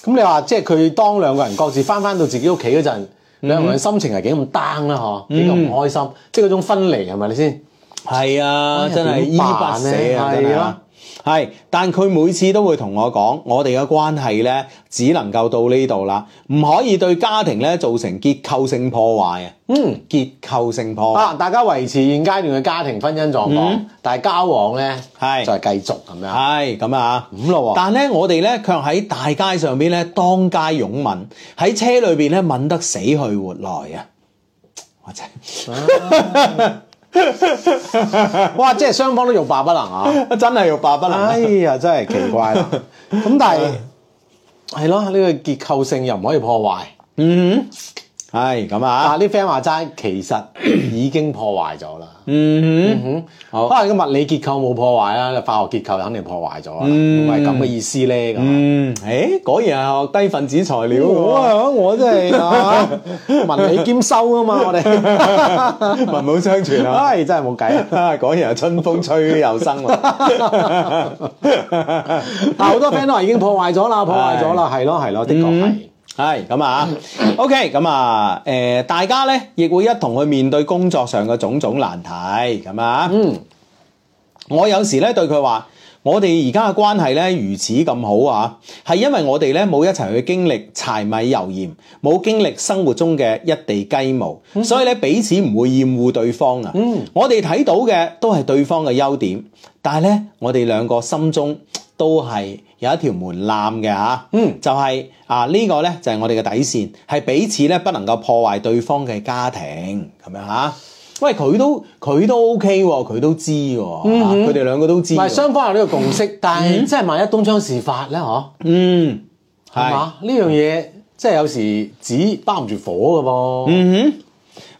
S2: 咁你話即係佢當兩個人各自翻翻到自己屋企嗰陣，
S1: 嗯
S2: 兩個人心情係幾咁 down 啦嗬，幾咁唔開心，即係嗰種分離係咪你先？
S1: 係啊，
S2: 哎呀
S1: 真係
S2: 點
S1: 依
S2: 辦
S1: 不捨啊，
S2: 呢
S1: 真係
S2: 係
S1: 啊
S2: 啊。
S1: 係，但佢每次都會同我講，我哋嘅關係呢，只能夠到呢度啦，唔可以對家庭呢造成結構性破壞啊！
S2: 嗯。
S1: 結構性破壞
S2: 啊！大家維持現階段嘅家庭婚姻狀況，但係交往咧
S1: 嗯係
S2: 就係繼續咁樣。
S1: 係咁啊，
S2: 咁咯喎
S1: 但咧，我哋咧卻喺大街上邊咧當街擁吻，喺車裏邊咧吻得死去活來啊！我真
S2: 哇！即係雙方都欲罷不能啊！
S1: 真係欲罷不能啊
S2: 哎呀，真係奇怪啦。咁但係係咯，呢個結構性又唔可以破壞。
S1: 嗯哼，係咁啊，
S2: 啊！啲 friend 話齋，其實已經破壞咗啦。
S1: 嗯哼，好
S2: 可能個物理結構冇破壞啦，化學結構肯定破壞咗啦。
S1: 嗯
S2: 唔係咁嘅意思咧咁。
S1: 嗯，誒，果然係學低分子材料
S2: 我
S1: 喎，
S2: 啊，我真係啊， 文理兼修啊嘛，我 哋
S1: 文武相傳啊。
S2: 唉真係冇計啊！
S1: 啊果然係春風吹又生 喎。
S2: 但好多 friend 都話已經破壞咗啦，破壞咗啦，係嗯咯係咯，的確係。
S1: 係咁啊，OK，咁啊，誒、大家咧亦會一同去面對工作上嘅種種難題，咁啊，
S2: 嗯，
S1: 我有時咧對佢話。我哋而家嘅關係咧如此咁好啊，係因為我哋咧冇一齊去經歷柴米油鹽，冇經歷生活中嘅一地雞毛，所以咧彼此唔會厭惡對方啊。我哋睇到嘅都係對方嘅優點，但係咧我哋兩個心中都係有一條門檻嘅嚇。
S2: 嗯，
S1: 就係、啊呢、個咧就係我哋嘅底線，係彼此咧不能夠破壞對方嘅家庭咁樣嚇。喂，佢都佢都 OK 喎，佢都知喎，
S2: 嗯
S1: 啊佢哋兩個都知
S2: 唔係
S1: 喎。
S2: 雙方有呢個共識，但係即係萬一東窗事發咧，嗬，
S1: 嗯，
S2: 係
S1: 係。
S2: 嘛？呢樣嘢即係有時紙包唔住火噶噃。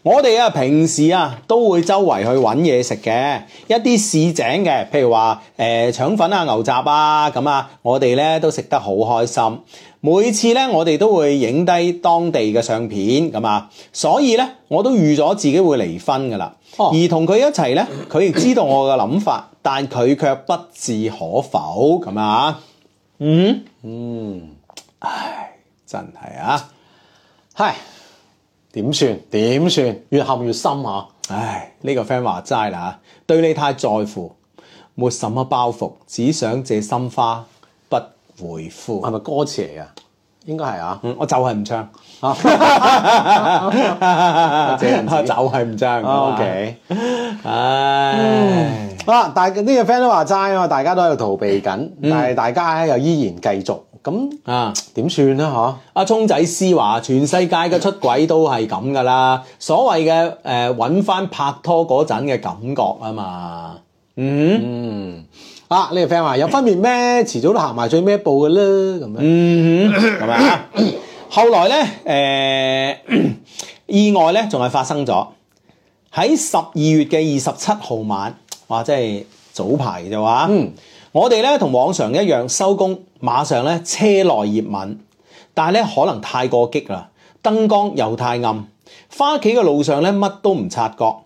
S1: 我哋啊，平時啊都會周圍去揾嘢食嘅，一啲市井嘅，譬如話誒、呃、腸粉啊、牛雜啊咁啊，我哋咧都食得好開心。每次咧，我哋都會影低當地嘅相片咁啊，所以咧我都預咗自己會離婚噶啦。
S2: 哦
S1: 而同佢一齊咧，佢亦知道我嘅諗法，但佢卻不置可否咁啊。嗯嗯，唉，真係啊，
S2: 係點算？點算？越陷越深啊！
S1: 唉，呢、個 friend 話齋啦嚇，對你太在乎，沒什麼包袱，只想這心花不會
S2: 係
S1: 枯。
S2: 咪歌詞嚟啊？應該係 啊。
S1: 嗯，我就係唔唱，
S2: 謝人 子
S1: 就係唔唱。哦
S2: 啊 OK
S1: 唉，
S2: 啊！但係呢個 friend 都話齋啊，大家都喺度逃避緊，
S1: 嗯
S2: 但係大家咧又依然繼續，咁
S1: 啊，
S2: 點算咧？嗬？
S1: 阿聰仔師話，全世界嘅出軌都係咁噶啦，所謂嘅誒揾翻拍拖嗰陣嘅感覺啊嘛。嗯
S2: 啊！呢個 friend 話有分別咩？ 遲早都行埋最尾一步嘅啦，咁樣。
S1: 嗯哼，咁啊。後來咧，誒、意外咧，仲係發生咗喺十二月嘅二十七號晚，哇！即係早排嘅啫話。嗯，我哋咧同往常一樣收工，馬上咧車來熱吻，但係咧可能太過激啦，燈光又太暗，翻屋企嘅路上咧乜都唔察覺。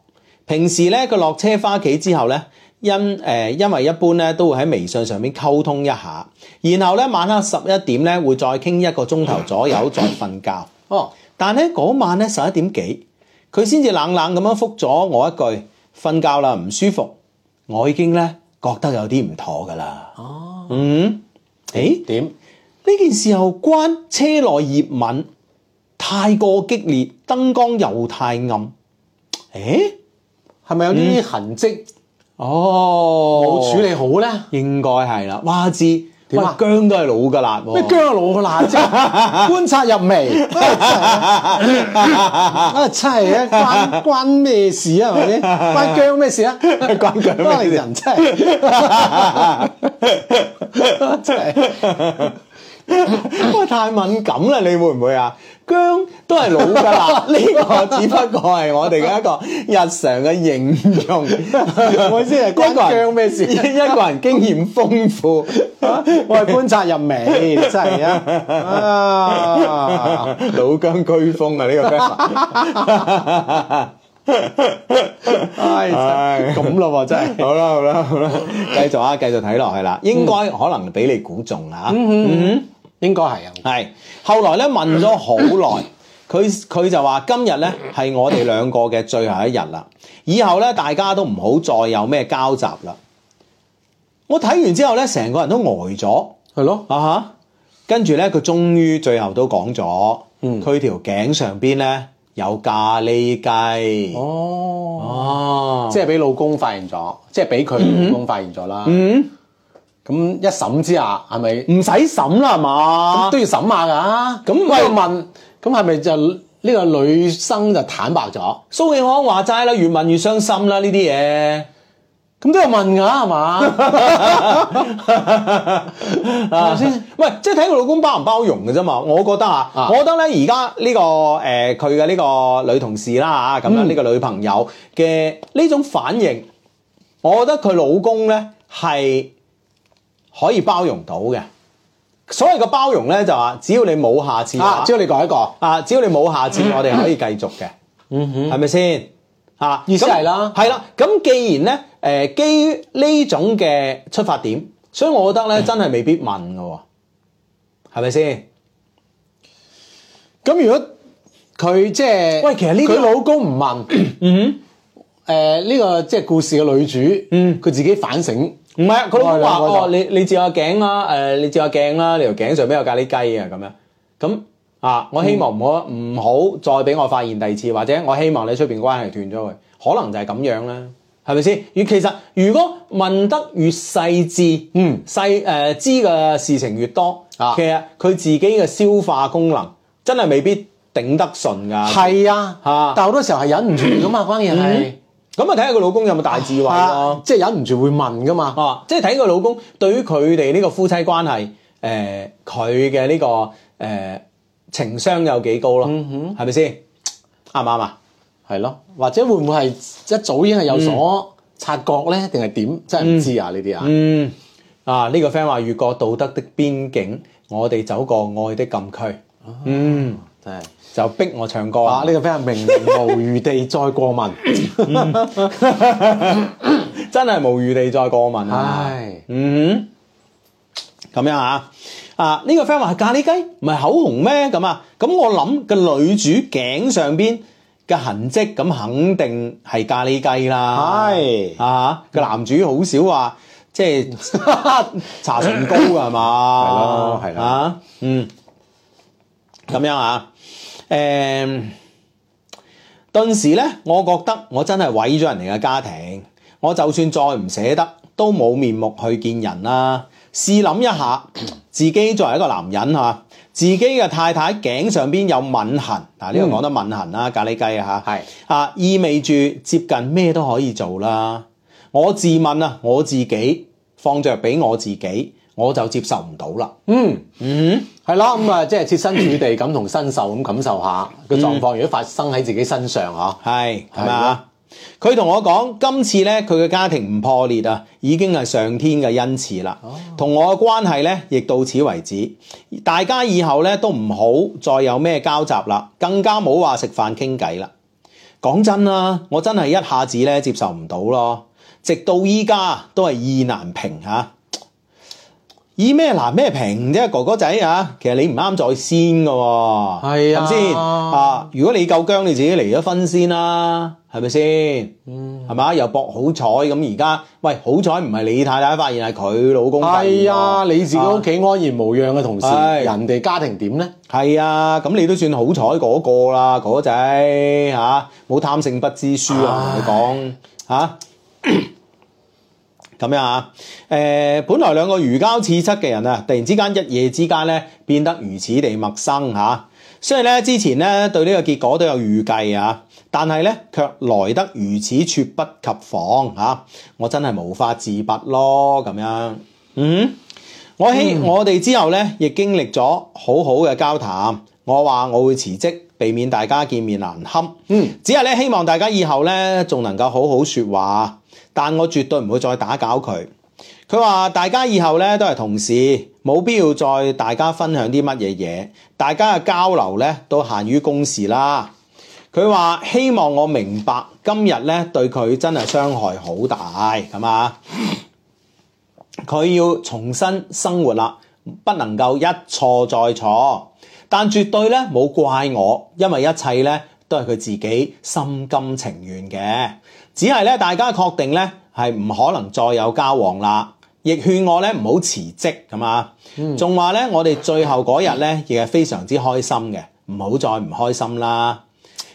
S1: 平時咧佢落車翻屋企之後咧。因誒、呃因為一般咧都會喺微信上面溝通一下，然後咧晚黑十一點咧會再傾一個鐘頭左右再瞓覺。
S2: 哦，
S1: 但咧嗰晚咧十一點幾，佢先至冷冷咁樣覆咗我一句：瞓覺啦，唔舒服。我已經咧覺得有啲唔妥噶啦。哦，嗯，誒
S2: 點？
S1: 呢件事又關車內熱吻太過激烈，燈光又太暗。誒，
S2: 係咪有
S1: 嗯
S2: 啲痕跡
S1: 哦，
S2: 冇處理好咧？
S1: 應該係啦。哇，知
S2: 點啊
S1: 喂姜都係老噶 辣喎。
S2: 咩姜老嘅辣 啫？觀察入 微，啊真係啊，關關咩事啊？係咪先？關姜咩 事啊？關姜咩事？人真係 真係
S1: 哇！太敏感啦，你會唔會啊？姜都係老噶啦， 呢個只不過係我哋嘅一個日常嘅形 容。
S2: 我先係關
S1: 啊一個人
S2: 姜咩事
S1: 一個人經驗豐富，
S2: 我係觀察入微，真係啊！啊，
S1: 老姜居風啊！呢、個 friend。
S2: 唉，
S1: 唉
S2: 真係咁咯喎，真係。
S1: 好啦好啦好啦，繼續啊，繼續睇落去啦。應
S2: 嗯
S1: 該可能俾你估中啦。
S2: 應該係啊，
S1: 係，後來咧問咗好耐，佢佢就話今日咧係我哋兩個嘅最後一日啦，以後咧大家都唔好再有咩交集啦。我睇完之後咧，成個人都呆咗
S2: 係咯，
S1: 啊哈！跟住咧，佢終於最後都講咗，佢條頸上邊咧有咖喱雞。
S2: 哦，
S1: 哦，
S2: 即係俾老公發現咗，即係俾佢老公發現咗啦。
S1: 嗯，
S2: 咁一審之下，係咪？
S1: 唔使審啦係嘛
S2: 都？要審下㗎。
S1: 啊咁
S2: 咁我問，咁係咪就呢個女生就坦白咗？
S1: 蘇永康話齋啦，越問越傷心啦呢啲嘢。
S2: 咁都有問㗎係 嘛？
S1: 啊， 唔係，即係睇佢老公包唔包容嘅啫嘛。我覺得啊，
S2: 啊
S1: 我覺得咧，而家呢個誒佢嘅呢個女同事啦嚇，啊
S2: 嗯
S1: 咁樣呢個女朋友嘅呢種反應，我覺得佢老公咧係可以包容到嘅。所謂嘅包容咧，就話只要你冇下次
S2: 啊，只要你改一個，
S1: 啊，只要你冇下次，我哋可以繼續嘅，嗯哼，係咪先？啊，
S2: 意思
S1: 咁
S2: 係啦
S1: 係啦。咁既然咧，誒、呃基於呢種嘅出發點，所以我覺得
S2: 嗯
S1: 咧，真係未必問嘅喎，係咪先？
S2: 咁如果佢即係
S1: 喂其實呢啲
S2: 佢老公唔問，
S1: 嗯
S2: 誒呢個即係故事嘅女主，
S1: 嗯
S2: 佢自己反省，
S1: 哼，唔係啊，佢老公話：
S2: 我係兩個
S1: 哦，你你照下頸啦，誒、你照下頸啦，你條頸上邊有咖喱雞啊，咁樣咁。啊！我希望唔好唔好再俾我發現第二次，或者我希望你出邊關係斷咗佢，可能就係咁樣啦，係咪先？與其實如果問得越細緻，
S2: 嗯，
S1: 細誒、呃知嘅事情越多，
S2: 啊
S1: 其實佢自己嘅消化功能真係未必頂得順㗎。
S2: 係啊，
S1: 啊嗯
S2: 但好多時候係忍唔住㗎嘛，關鍵係
S1: 咁啊，睇下佢老公有冇大智慧
S2: 啊
S1: 咯。
S2: 即係忍唔住會問㗎嘛，
S1: 啊，即係睇佢老公對於佢哋呢個夫妻關係，誒佢嘅呢個誒、呃情商有幾高咯？
S2: 嗯
S1: 係咪先？啱唔啱啊？
S2: 係咯，或者會唔會係一早已經係有所察覺咧，定係點？真係唔知啊呢啲啊。
S1: 嗯，啊呢、個 friend 話越過道德的邊境，我哋走過愛的禁區。嗯，
S2: 啊真係
S1: 就逼我唱歌
S2: 啊！呢、個 friend 係明明 無餘地再過問，
S1: 真係無餘地再過問啊！
S2: 唉，
S1: 嗯，咁樣啊，啊呢、個 friend 話咖喱雞唔係口紅咩咁啊？咁我諗個女主頸上邊嘅痕跡，咁肯定係咖喱雞啦。
S2: 係
S1: 啊，個男主好少話即係 搽唇膏㗎係嘛？
S2: 係咯係咯
S1: 啊，嗯，咁樣啊，誒、頓時咧，我覺得我真係毀咗人哋嘅家庭。我就算再唔捨得，都冇面目去見人啦。試諗一下， 自己作為一個男人嚇，自己嘅太太頸上邊有吻痕，嗱呢個講得吻痕啦，咖喱雞啊嚇，
S2: 係
S1: 啊意味住接近咩都可以做啦。我自問啊，我自己放着俾我自己，我就接受唔到啦。
S2: 嗯嗯，係啦，咁啊，即係設身處地咁同身受咁感受下個狀況，如果發生喺自己身上嚇，
S1: 係係
S2: 係
S1: 咪啊？佢同我講，今次咧佢嘅家庭唔破裂啊，已經係上天嘅恩賜啦。同我嘅關係咧，亦到此為止。大家以後咧都唔好再有咩交集啦，更加冇話食飯傾偈啦。講真啦，我真係一下子咧接受唔到咯，直到依家都係意難平嚇、以咩難咩平啫，哥哥仔啊，其實你唔啱在先嘅喎，
S2: 係啊
S1: 咪先啊？如果你夠姜，你自己離咗婚先啦，係咪先？嗯，係嘛？又搏好彩咁，而家喂好彩唔係你太太發現，係佢老公發現喎
S2: 係啊，你自己屋企安然無恙嘅同時，
S1: 係
S2: 人哋家庭點咧？
S1: 係啊，咁你都算好彩嗰個啦，嗰個仔嚇冇貪勝不知輸啊！我同你講嚇。 咁樣啊，誒、本來兩個如膠似漆嘅人啊，突然之間一夜之間咧變得如此地陌生嚇、雖然咧之前咧對呢個結果都有預計啊，但係咧卻來得如此猝不及防嚇、我真係無法自拔咯咁樣。嗯，我希、我哋之後咧亦經歷咗好好嘅交談，我話我會辭職，避免大家見面難堪。
S2: 嗯，
S1: 只係咧希望大家以後咧仲能夠好好説話，但我絕對唔會再打攪佢。佢話：大家以後咧都係同事，冇必要再大家分享啲乜嘢嘢，大家嘅交流咧都限於公事啦。佢話希望我明白今日咧對佢真係傷害好大咁啊！佢要重新生活啦，不能夠一錯再錯，但絕對咧冇怪我，因為一切咧都係佢自己心甘情願嘅，只係咧大家確定咧係唔可能再有交往啦。亦勸我咧唔好辭職咁啊，仲話咧我哋最後嗰日咧亦係非常之開心嘅，唔好再唔開心啦。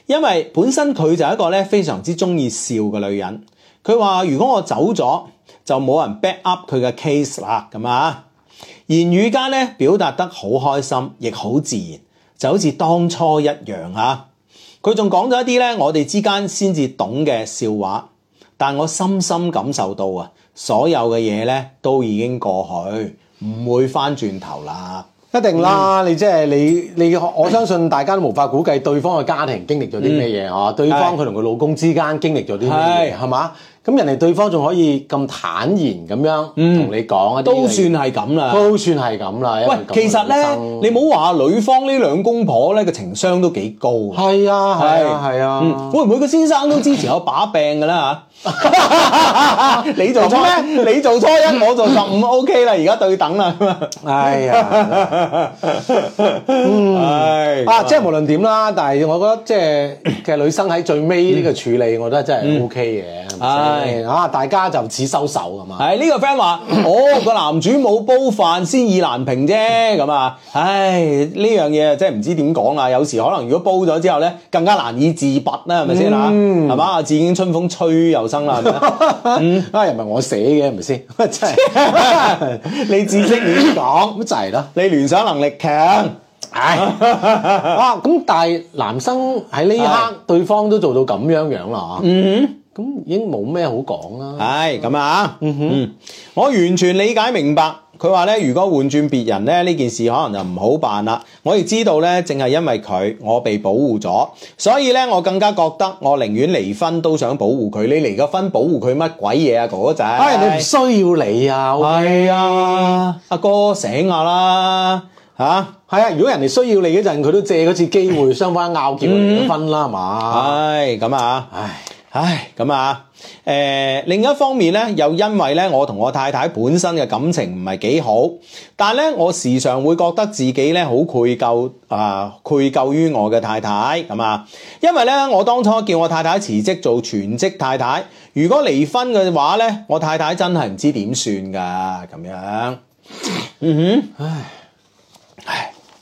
S1: 因為本身佢就係一個咧非常之中意笑嘅女人。佢話：如果我走咗，就冇人 back up 佢嘅 case 啦，咁啊。言語間咧表達得好開心，亦好自然，就好似當初一樣啊。佢仲講咗一啲咧我哋之間先至懂嘅笑話，但我深深感受到啊，所有嘅嘢呢都已經過去，唔會翻轉頭啦。
S2: 一定啦！
S1: 嗯
S2: 你即係你你，我相信大家都無法估計對方嘅家庭經歷咗啲咩嘢嚇，對方佢同佢老公之間經歷咗啲咩嘢
S1: 嗯係
S2: 係嘛？咁人哋對方仲可以咁坦然咁樣同你講一啲
S1: 嗯都
S2: 嘅
S1: 算係咁啦。
S2: 都算係咁啦。因為
S1: 喂
S2: 咁，
S1: 其實
S2: 嘅人生
S1: 呢，你唔好話女方呢兩公婆呢個情商都幾高啊。
S2: 係啊係啊
S1: 係
S2: 係啊
S1: 嗯，，會唔會個先生都之前有把柄㗎啦嚇？你做初一，你做初一，我做十五，OK 啦，而家對等啦。
S2: 哎呀！
S1: 嗯，
S2: 啊，即係無論點啦，但係我覺得即係其實女生喺最尾呢個處理，我覺得真係
S1: 嗯
S2: O K 嘅，係咪先啊，大家就此收手咁嘛。
S1: 係呢、個 friend 話：，哦，個男主冇煲飯先意難平啫，咁啊，唉，呢樣嘢真係唔知點講啦。有時可能如果煲咗之後咧，更加難以自拔啦，係咪先啊？係嘛、自已經春風吹又生啦，係咪？
S2: 啊，又唔係我寫嘅，係咪先？ 真係
S1: 你知識面廣，
S2: 咁就係啦。
S1: 你聯想能力強，
S2: 唉，啊，咁但係男生喺呢一刻，對方都做到咁樣樣啦，嗯，咁已經冇咩好講啦。
S1: 係咁啊，嗯，我完全理解明白。佢話咧，如果換轉別人咧，呢件事可能就唔好辦啦。我亦知道咧，正係因為佢，我被保護咗，所以咧，我更加覺得我寧願離婚都想保護佢。你離個婚保護佢乜鬼嘢啊，哥哥仔？
S2: 啊，人哋唔需要你啊，OK
S1: 係啊，阿哥醒下啦，嚇、
S2: 係啊，如果人哋需要你嗰陣，佢都借嗰次機會，雙方拗撬離咗婚啦，係嘛？
S1: 唉，咁啊。
S2: 唉。
S1: 唉，咁啊，誒、另一方面咧，又因為咧，我同我太太本身嘅感情唔係幾好，但係咧，我時常會覺得自己咧好愧疚啊、愧疚於我嘅太太咁啊，因為咧，我當初叫我太太辭職做全職太太，如果離婚嘅話咧，我太太真係唔知點算㗎咁樣。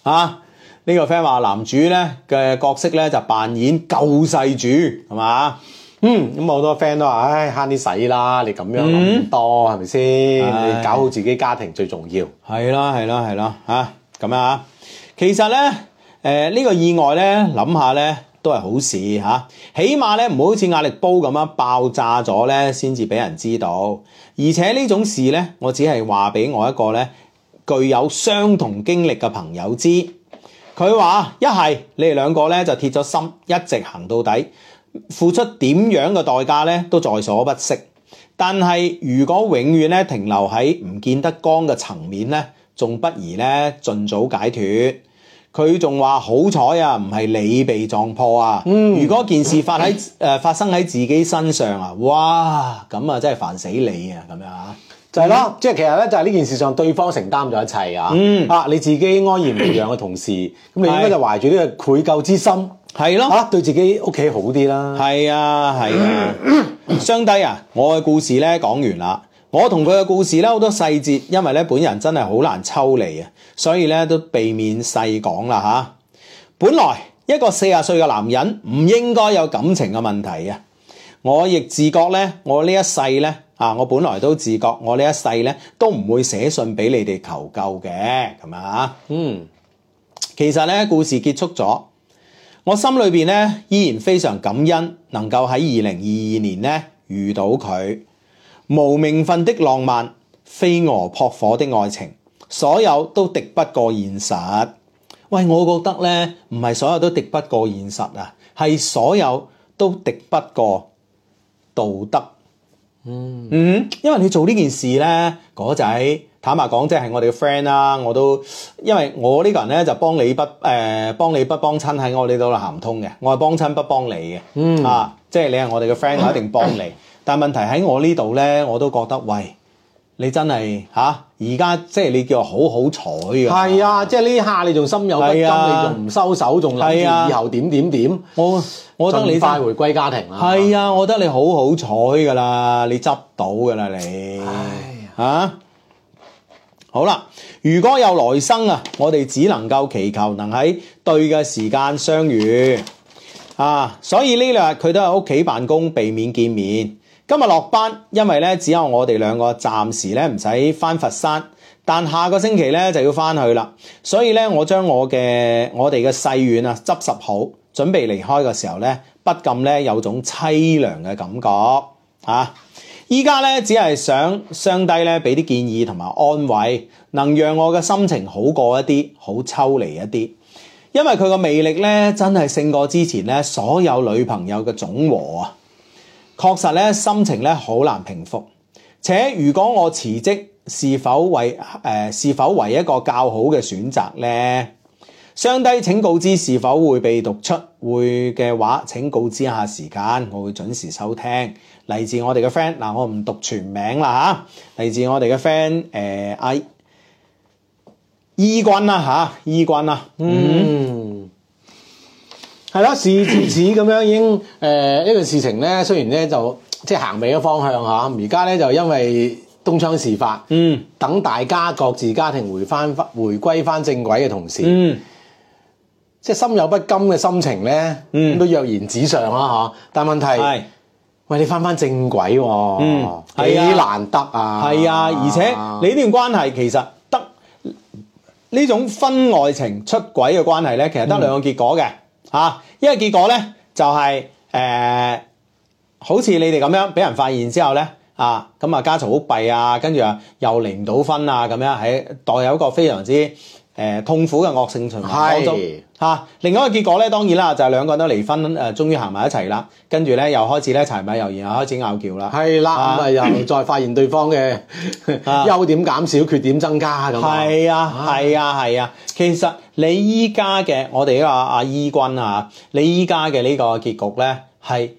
S1: 啊！呢、個 friend 話男主咧嘅角色咧就扮演救世主，啊係嘛？
S2: 嗯，咁好多 friend 都話：，唉，慳啲使啦，你咁樣諗咁多，係咪先？
S1: 唉
S2: 你搞好自己家庭最重要。
S1: 係啦，係啦，係啦，嚇咁啊！其實咧，誒、呢、個意外咧，諗下咧都係好事嚇、起碼咧唔好好似壓力煲咁樣爆炸咗咧，先至俾人知道。而且呢種事咧，我只係話俾我一個咧具有相同經歷嘅朋友知。佢話一係你哋兩個咧就鐵咗心，一直行到底，付出點樣嘅代價咧都在所不惜。但係如果永遠咧停留喺唔見得光嘅層面咧，仲不如咧盡早解脱。佢仲話好彩啊，唔係你被撞破啊！如果件事發喺誒、 呃發生喺自己身上啊，哇咁啊真係煩死你啊咁樣啊！
S2: 就係咯，即係其實咧，就係呢件事上，對方承擔咗一切啊！
S1: 嗯
S2: 啊，你自己安然無恙嘅 同時，咁你應該就懷住呢個愧疚之心，
S1: 係咯。
S2: 啊，對自己屋企好啲啦。
S1: 係啊，係啊，相低啊，我嘅故事咧講完啦。我同佢嘅故事咧好多細節，因為咧本人真係好難抽離啊，所以咧都避免細講啦吓。本來一個四十歲嘅男人唔應該有感情嘅問題啊。我亦自覺咧，我呢一世咧啊，我本來都自覺，我呢一世咧都唔會寫信俾你哋求救嘅，咁啊。
S2: 嗯，
S1: 其實咧，故事結束咗，我心裏邊咧依然非常感恩，能夠喺二零二二年咧遇到佢。無名份的浪漫，飛蛾撲火的愛情，所有都敵不過現實。喂，我覺得咧，唔係所有都敵不過現實啊，係所有都敵不過道德。嗯，因為你做呢件事咧，嗰仔坦白講，即係我哋嘅 friend 啦，我都因為我呢個人咧就幫理不誒、呃、幫理不幫親喺我哋度行唔通嘅，我係幫親不幫你嘅，嗯、啊，即係你係我哋嘅 friend，我一定幫你。但問題喺我呢度咧，我都覺得喂，你真係吓，而家即係你叫我好好彩㗎。
S2: 係啊，即係呢下你仲心有不甘，
S1: 係啊
S2: 你仲唔收手，仲諗
S1: 係啊
S2: 住以後點點點，
S1: 我我覺得
S2: 盡
S1: 你真
S2: 快回歸家庭啦。
S1: 係啊，我覺得你好好彩㗎啦，你執到㗎啦你。啊！好啦，如果有來生啊，我哋只能夠祈求能喺對嘅時間相遇啊！所以呢兩日佢都喺屋企辦公，避免見面。今日落班，因為咧只有我哋兩個暫時咧唔使翻佛山，但下個星期咧就要翻去啦。所以咧，我將我嘅我哋嘅細院啊執拾好，準備離開嘅時候咧，不禁咧有種凄涼嘅感覺。啊！依家咧只係想相低咧俾啲建議同埋安慰，能讓我嘅心情好過一啲，好抽離一啲。因為佢個魅力咧，真係勝過之前咧所有女朋友嘅總和啊！確實咧，心情咧好難平復。且如果我辭職，是否為誒、呃是否為一個較好嘅選擇呢？相低請告知是否會被讀出，會嘅話請告知一下時間，我會準時收聽。嚟自我哋嘅 friend 嗱，我唔讀全名啦嚇，嚟自我哋嘅 friend 誒阿伊君啦嚇，伊君啦，
S2: 嗯，係啦，事至此咁樣已經誒呢、個事情咧，雖然咧就即係行尾嘅方向啊嚇，而家咧就因為東窗事發，
S1: 嗯
S2: 等大家各自家庭回翻翻回歸翻正軌嘅同時，
S1: 嗯
S2: 即係心有不甘嘅心情咧，
S1: 嗯
S2: 都躍然紙上啦嚇。但問題
S1: 係。
S2: 喂，你翻翻正軌喎、
S1: 嗯
S2: 幾
S1: 係啊
S2: 難得啊！
S1: 係啊，而且你呢段關係其實得呢種婚外情出軌嘅關係咧，其實得兩個結果嘅嚇、啊一個結果咧就係、呃好似你哋咁樣俾人發現之後咧。啊，咁啊家嘈屋閉啊，跟住啊又離唔到婚啊，咁樣喺代有一個非常之誒、呃痛苦嘅惡性循環當中
S2: 係
S1: 嚇、啊另外一個結果咧，當然啦，就係、兩個人都離婚，誒、終於行埋一齊啦，跟住咧又開始咧柴米油鹽又開始拗撬啦。
S2: 係啦，咁啊又再發現對方嘅
S1: 啊
S2: 優點減少、缺點增加咁啊。
S1: 係啊，係啊，係啊。其實你依家嘅我哋呢個阿伊君啊，你依家嘅呢個結局呢，係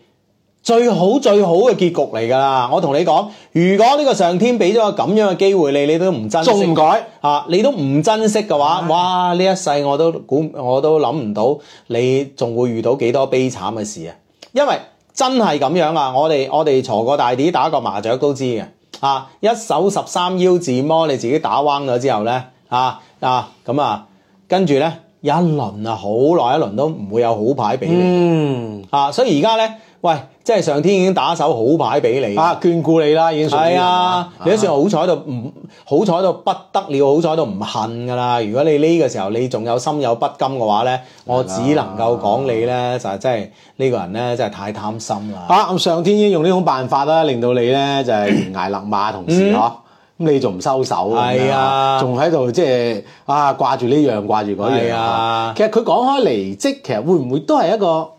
S1: 最好最好嘅結局嚟㗎啦。我同你講，如果呢個上天俾咗個咁樣嘅機會你，你都唔珍惜，
S2: 仲唔改
S1: 啊，你都唔珍惜嘅
S2: 嗯
S1: 話，哇！呢一世我都估我都諗唔到，你仲會遇到幾多悲慘嘅事啊！因為真係咁樣啊！我哋我哋坐過大啲打過麻雀都知嘅啊！一手十三幺自摸，你自己打彎咗之後呢，啊啊咁啊，跟住呢，一輪啊，好耐一輪都唔會有好牌俾你、
S2: 嗯，
S1: 啊！所以而家呢，喂，即係上天已經打手好牌俾你
S2: 啊，眷顧你啦，已經屬於
S1: 係
S2: 係
S1: 啊
S2: 嘛，
S1: 你都算好彩到唔好彩到不得了，好彩到唔恨㗎啦。如果你呢個時候你仲有心有不甘嘅話咧，我只能夠講你咧就係真係呢個人咧真係太貪心 啦。
S2: 啊，咁上天已經用呢種辦法啦，令到你咧就係懸崖勒馬，同時嗬。咁你仲唔收手咁樣
S1: 係啊
S2: 仲喺度即係啊掛住呢樣掛住嗰樣
S1: 係啊
S2: 其實佢講開離職，其實會唔會都係一個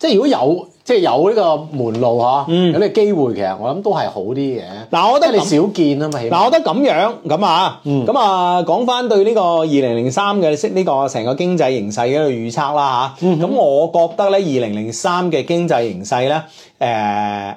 S2: 即係如果有即係有呢個門路嗬，有呢個機會，其實我諗都係好啲嘅。
S1: 嗱我覺
S2: 即係
S1: 得咁
S2: 你少嗯見啊嘛，起碼
S1: 嗱，我覺得咁樣咁啊，咁啊講翻對呢個二零零三嘅識呢個成個經濟形勢嘅一個預測啦
S2: 嗯
S1: 吓，咁我覺得咧二零零三嘅經濟形勢咧，誒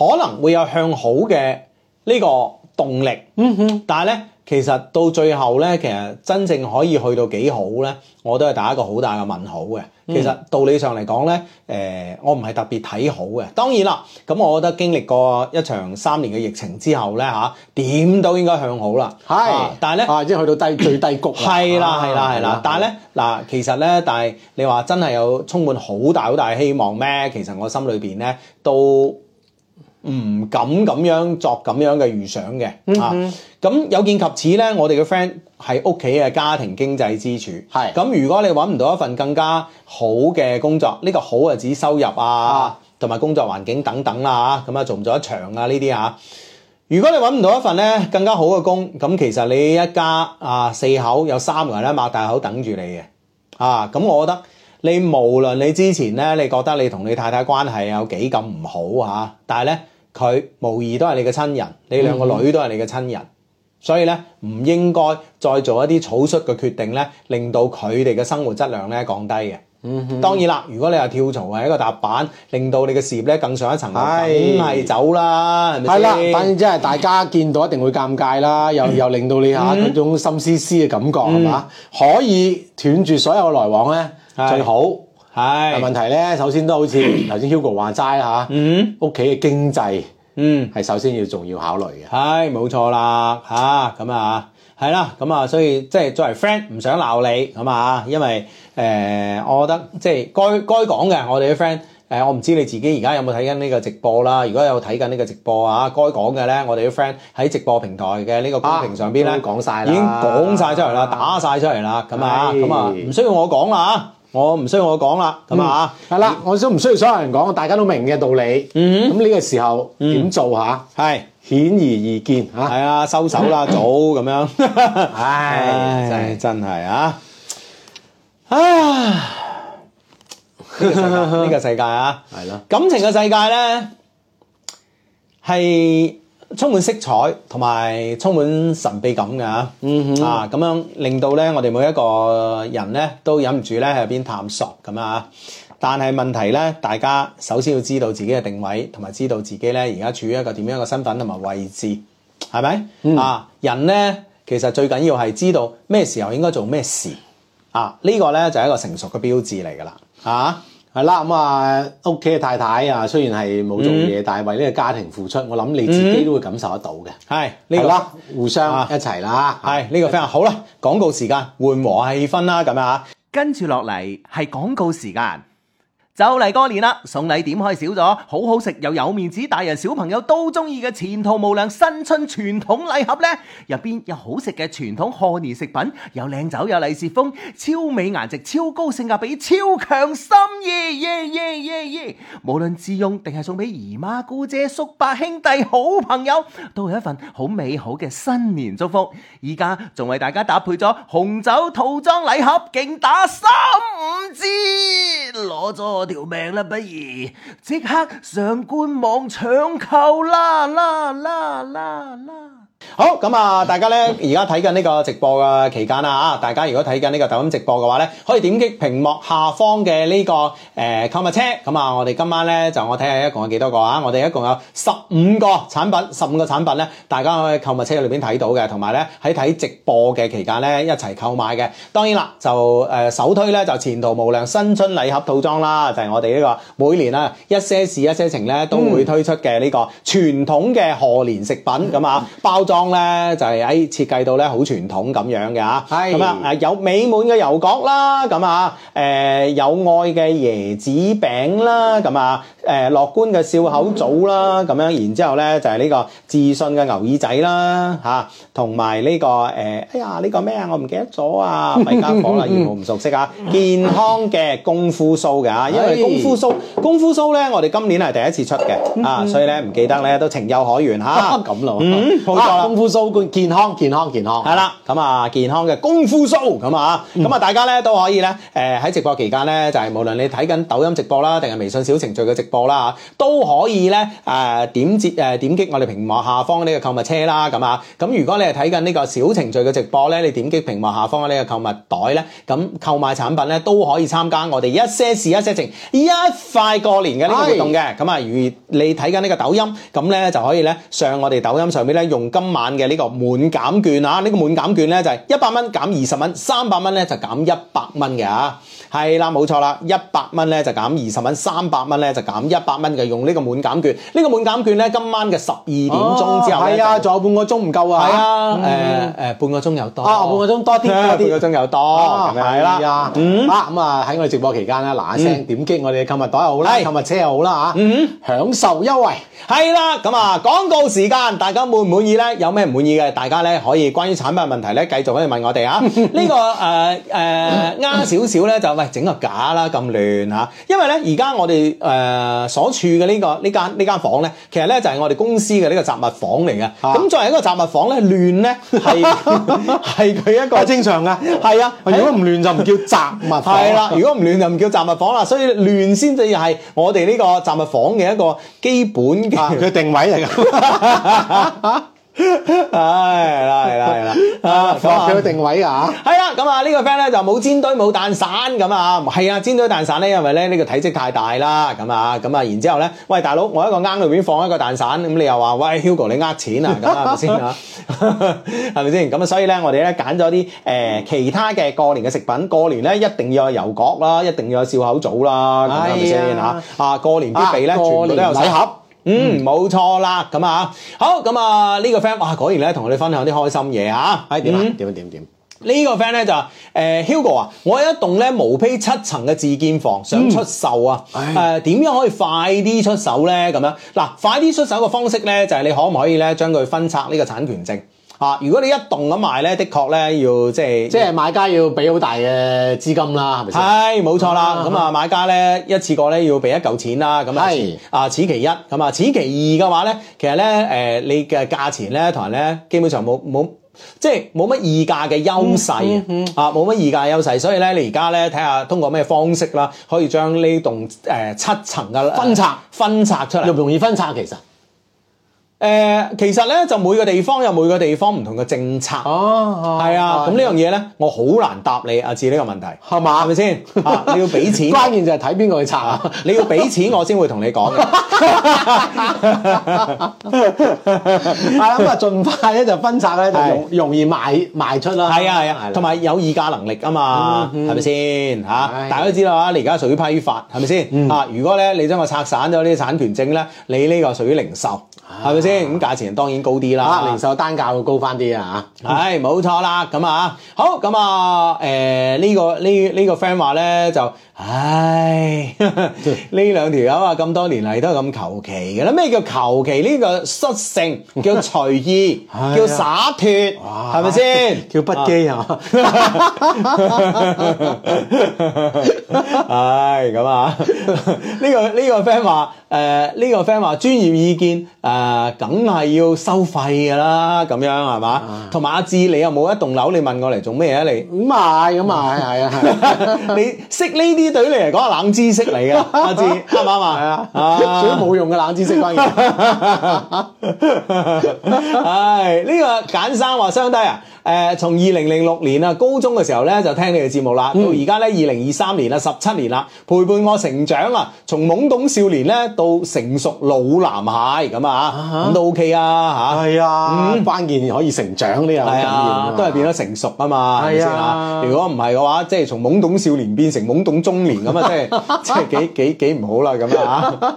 S1: 可能會有向好嘅呢個動力。
S2: 嗯哼。
S1: 但係咧，其實到最後咧，其實真正可以去到幾好咧，我都係打一個好大嘅問號嘅。其實道理上嚟講咧，誒、我唔係特別睇好嘅。當然啦，咁我覺得經歷過一場三年嘅疫情之後咧，嚇、點都應該向好啦。
S2: 係、
S1: 啊但係咧。
S2: 啊，即係去到低最低谷啦。
S1: 係啦，
S2: 啊
S1: 係啦，係啦。但係咧，嗱，其實咧，但係你話真係有充滿好大好大希望咩？其實我心裏邊咧都唔敢咁樣作咁樣嘅預想嘅啊。咁有見及此咧，我哋嘅 friend 係屋企嘅家庭經濟支柱。
S2: 係
S1: 咁，如果你揾唔到一份更加好嘅工作，呢、個好啊指收入啊
S2: 啊，
S1: 同埋工作環境等等啦、嚇咁啊做唔做得長啊呢啲嚇。如果你揾唔到一份咧更加好嘅工，咁其實你一家啊四口有三個人咧擘大口等住你嘅，啊咁我覺得你無論你之前咧，你覺得你同你太太關係有幾咁唔好嚇、啊但係咧佢無疑都係你嘅親人，你兩個
S2: 嗯
S1: 女都係你嘅親人，所以咧唔應該再做一啲草率嘅決定咧，令到佢哋嘅生活質量咧降低嘅。
S2: 嗯
S1: 當然啦，如果你話跳槽係一個踏板，令到你嘅事業咧更上一層樓，梗
S2: 係
S1: 係走啦，係咪
S2: 係
S1: 先？
S2: 啦，反正即係大家見到一定會尷尬啦，
S1: 嗯
S2: 又又令到你嚇嗰種心思思嘅感覺係嘛？可以斷絕所有嘅來往咧
S1: 係
S2: 最好。但
S1: 係，
S2: 問題咧，首先都好 似頭先 Hugo 話齋啦嚇，
S1: 嗯
S2: 屋企嘅經濟
S1: 嗯，
S2: 係首先要重要考慮嘅。
S1: 係冇錯啦，嚇咁啊，係啦，咁啊，所以即係作為 friend 唔想鬧你咁啊，因為誒、呃我覺得即係該該講嘅，我哋啲 friend。誒，我唔知你自己而家有冇睇緊呢個直播啦。如果有睇緊呢個直播啊，該講嘅咧，我哋啲 friend 喺直播平台嘅呢個公屏上邊咧，
S2: 啊啊都講晒啦
S1: 已經講晒出嚟啦，打晒出嚟啦，咁啊，
S2: 係
S1: 咁啊，唔需要我講啦我唔需要我講啦，咁啊，
S2: 係啦，我都唔需要所有人講，大家都明嘅道理。
S1: 嗯
S2: 咁呢個時候點做吓？
S1: 係
S2: 顯而易見吓。
S1: 係啊，收手啦，早咁樣，
S2: 唉
S1: 唉，真係啊，唉，呢個世界呢個世界啊，
S2: 係咯
S1: 感情嘅世界咧係充滿色彩同埋充滿神秘感嘅啊，
S2: 嗯
S1: 啊咁樣令到咧我哋每一個人咧都忍唔住咧喺入邊探索咁啊。但係問題咧，大家首先要知道自己嘅定位，同埋知道自己咧而家處於一個點樣嘅身份同埋位置，係咪？
S2: 嗯
S1: 啊，人咧其實最緊要係知道咩時候應該做咩事啊！呢、個咧就係一個成熟嘅標誌嚟㗎啦，啊！
S2: 係啦，咁啊，屋企嘅太太啊，雖然係冇做嘢，但係為呢個家庭付出，我諗你自己都會感受得到嘅。
S1: 係呢、
S2: 係
S1: 個
S2: 啦，互相
S1: 啊
S2: 一齊啦。
S1: 係呢、個非常好啦。廣告時間，緩和下氣氛啦，咁啊。
S3: 跟住落嚟係廣告時間，就嚟過年啦，送禮點可以少咗？好好食又有面子，大人小朋友都中意嘅前途無量新春傳統禮盒呢，入邊有好食嘅傳統賀年食品，有靚酒，有利是封，超美顏值，超高性價比，超強心意，耶耶耶耶！無論自用定係送俾姨媽、姑姐、叔伯、兄弟、好朋友，都有一份好美好嘅新年祝福。而家仲為大家搭配咗紅酒套裝禮盒，勁打三五折，攞咗我條命啦！不如即刻上官網搶購啦啦啦啦啦！
S1: 好咁啊！大家咧而家睇緊呢個直播嘅期間啊，大家如果睇緊呢個抖音直播嘅話咧，可以點擊屏幕下方嘅呢、個誒、呃、購物車。咁啊，我哋今晚咧就我睇下一共有幾多個啊！我哋一共有十五個產品，十五個產品咧，大家可以購物車裏邊睇到嘅，同埋咧喺睇直播嘅期間咧一齊購買嘅。當然啦，就誒、呃首推咧就前途無量新春禮盒套裝啦，就係、我哋呢、個每年啊一些事一些情咧都會推出嘅呢個傳統嘅賀年食品咁啊，包裝咧就係喺設計到咧好傳統咁樣嘅啊，
S2: 係
S1: 咁啊啊有美滿嘅油角啦，咁啊誒有愛嘅椰子餅啦，咁啊誒樂觀嘅笑口棗啦，咁樣然之後咧就係呢個自信嘅牛耳仔啦嚇，同埋呢個誒哎呀呢個咩啊我唔記得咗啊，弊家伙啦，業務唔熟悉啊，健康嘅功夫酥嘅啊，因為功夫酥功夫酥咧我哋今年係第一次出嘅啊，所以咧唔記得咧都情有可原嚇
S2: 啊，咁咯，
S1: 嗯冇錯啦
S2: 啊功夫蘇冠健康，健康，健康。
S1: 係啦，咁啊健康嘅功夫 show 咁啊，咁啊大家咧都可以咧，誒、喺直播期間咧，就係、無論你睇緊抖音直播啦，定係微信小程序嘅直播啦，都可以咧誒、點接誒、點擊我哋屏幕下方呢個購物車啦，咁啊，咁如果你係睇緊呢個小程序嘅直播咧，你點擊屏幕下方呢個購物袋咧，咁購買產品咧都可以參加我哋一些事一些情一塊過年嘅呢個活動嘅。嘅。咁啊，如你睇緊呢個抖音，咁咧就可以咧上我哋抖音上面咧用今晚嘅呢個滿減券啊！呢、個滿減券咧就係一百蚊減二十蚊，三百蚊咧就減一百蚊嘅啊！係啦，冇錯啦，一百蚊咧就減二十蚊，三百蚊咧就減一百蚊嘅，用呢個滿減券。呢、個滿減券咧今晚嘅十二點鐘之後咧
S2: 係啊，
S1: 就
S2: 仲有半個鐘唔夠啊。
S1: 係啊，誒誒半個鐘有多
S2: 啊，半個鐘多啲，
S1: 半
S2: 多啲
S1: 個。鐘有多，
S2: 哦，
S1: 咁樣
S2: 係
S1: 係啦。
S2: 啦，嗯，啊咁啊喺我哋直播期間咧，嗱一聲點擊我哋嘅購物袋又好啦，
S1: 係
S2: 購物車又好啦嚇，享受優惠，
S1: 係啦，咁啊，廣告時間，大家滿唔滿意呢？有咩唔滿意嘅，大家呢可以關於產品問題呢，繼續可以問我哋啊。呢、個誒誒啱少少呢，就喂整個假啦，咁亂嚇。因為呢，而家我哋誒、呃所處嘅呢、個呢間呢間房呢，其實呢就係、我哋公司嘅呢個雜物房嚟嘅。咁、作為一個雜物房呢，亂呢係係佢一個
S2: 係正常噶。
S1: 係啊，
S2: 如果唔亂就唔叫雜物，
S1: 係啦，如果唔亂就唔叫雜物房啦，所以亂先至係我哋呢個雜物房嘅一個基本嘅、
S2: 啊佢定位嚟㗎，
S1: 唉，係啦，係啦，係啦，啊，咁啊
S2: 佢嘅。定位啊
S1: 係啦，咁啊呢個 friend 咧就冇煎堆冇蛋散咁啊，係啊煎堆蛋散咧，因為咧呢個體積太大啦，咁啊咁啊，然之後咧，喂大佬，我一個罌裏邊放一個蛋散，咁你又話喂 Hugo 你呃錢啊，咁啊係咪先 啊？係咪先？咁啊，所以咧我哋咧揀咗啲誒其他嘅過年嘅食品，過年咧一定要有油角啦，一定要有笑口棗啦，咁係咪先
S2: 係啊
S1: 嚇？啊過年必備咧，
S2: 啊
S1: 全部
S2: 過
S1: 都
S2: 年
S1: 有
S2: 禮盒。
S1: 嗯，冇錯啦，咁啊，好咁啊，呢、個 friend 哇，果然咧同我哋分享啲開心嘢啊，
S2: 嚇，係點啊
S1: 嗯？
S2: 點啊點啊點啊？
S1: 呢個 friend 咧就話誒 Hugo 啊，我有一棟咧毛坯七層嘅自建房想出售啊，誒點樣可以快啲出手咧？咁樣嗱，快啲出手嘅方式咧就係你可唔可以咧將佢分拆呢個產權證？啊，如果你一棟咁賣咧，的確咧要即係
S2: 即係買家要俾好大嘅資金啦，係咪先？
S1: 係冇錯啦，
S2: 啊
S1: 咁啊買家咧一次過咧要俾一嚿錢啦，咁啊
S2: 係
S1: 此啊此其一，咁啊此其二嘅話咧，其實咧誒、呃你嘅價錢咧同人咧基本上冇冇。即係冇乜議價嘅優勢
S2: 嗯
S1: 啊啊，冇乜議價優勢，所以咧你而家咧睇下通過咩方式啦，可以將呢棟誒、呃七層嘅
S2: 分拆
S1: 分拆出嚟
S2: 容。唔容易分拆其實？
S1: 誒、其實咧就每個地方有每個地方唔同嘅政策，係、
S2: 哦
S1: 啊，咁呢樣嘢咧，我好難答你阿志呢個問題，
S2: 係嘛
S1: 係咪先？啊，你要俾 錢，
S2: 關鍵就係睇邊個去拆啊！
S1: 啊 你要俾錢我先會同你講嘅。
S2: 啊咁啊，盡快咧就分拆咧，就
S1: 係
S2: 容容易賣賣出啦。
S1: 係啊係啊，同
S2: 埋
S1: 埋有議價能力啊嘛，係咪先嚇？
S2: 係
S1: 大家都知道啊，你而家屬於批發，係咪先啊？如果咧你將我拆散咗呢啲產權證咧，你呢個屬於零售，係咪先？咁價錢當然高啲啦。
S2: 啊，零售單價會高翻啲啊
S1: 唉，冇錯啦，咁啊，好，咁啊，誒、呢、個呢呢、個 friend 話咧就，唉，呢兩條友啊咁多年嚟都係咁求其嘅啦。咩叫求其？呢、個率性，叫 隨意，
S2: 係啊
S1: 叫灑脱，
S2: 哇
S1: 係咪先？
S2: 叫不羈啊係嘛？
S1: 唉，咁啊， 呢、個呢、個 friend 話，誒、呢、個 friend 話專業意見，誒、梗係要收費㗎啦，咁樣係嘛？
S2: 啊
S1: 同埋阿志，你又冇一棟樓，你問我嚟做咩啊？你？
S2: 咁啊係，咁啊係係啊係啊。
S1: 你識呢啲對於你嚟講係冷知識嚟嘅，阿志啱唔啱啊？
S2: 係啊，
S1: 啊
S2: 最冇用嘅冷知識關鍵。
S1: 唉，呢、個簡生話相低啊！誒、從二零零六年啊，高中嘅時候咧就聽你嘅節目啦，到而家咧二零二三年啦，十七年啦，陪伴我成長啊，從懵懂少年咧到成熟老男孩咁啊，咁都 OK 啊嚇。
S2: 係啊，關鍵可以成長呢樣好緊
S1: 係
S2: 要
S1: 啊
S2: 啊，
S1: 都係變咗成熟啊嘛，係咪先
S2: 係
S1: 啊
S2: 啊？
S1: 如果唔係嘅話，即係從懵懂少年變成懵懂中年咁啊，即係 即係幾幾幾唔好啦咁啊！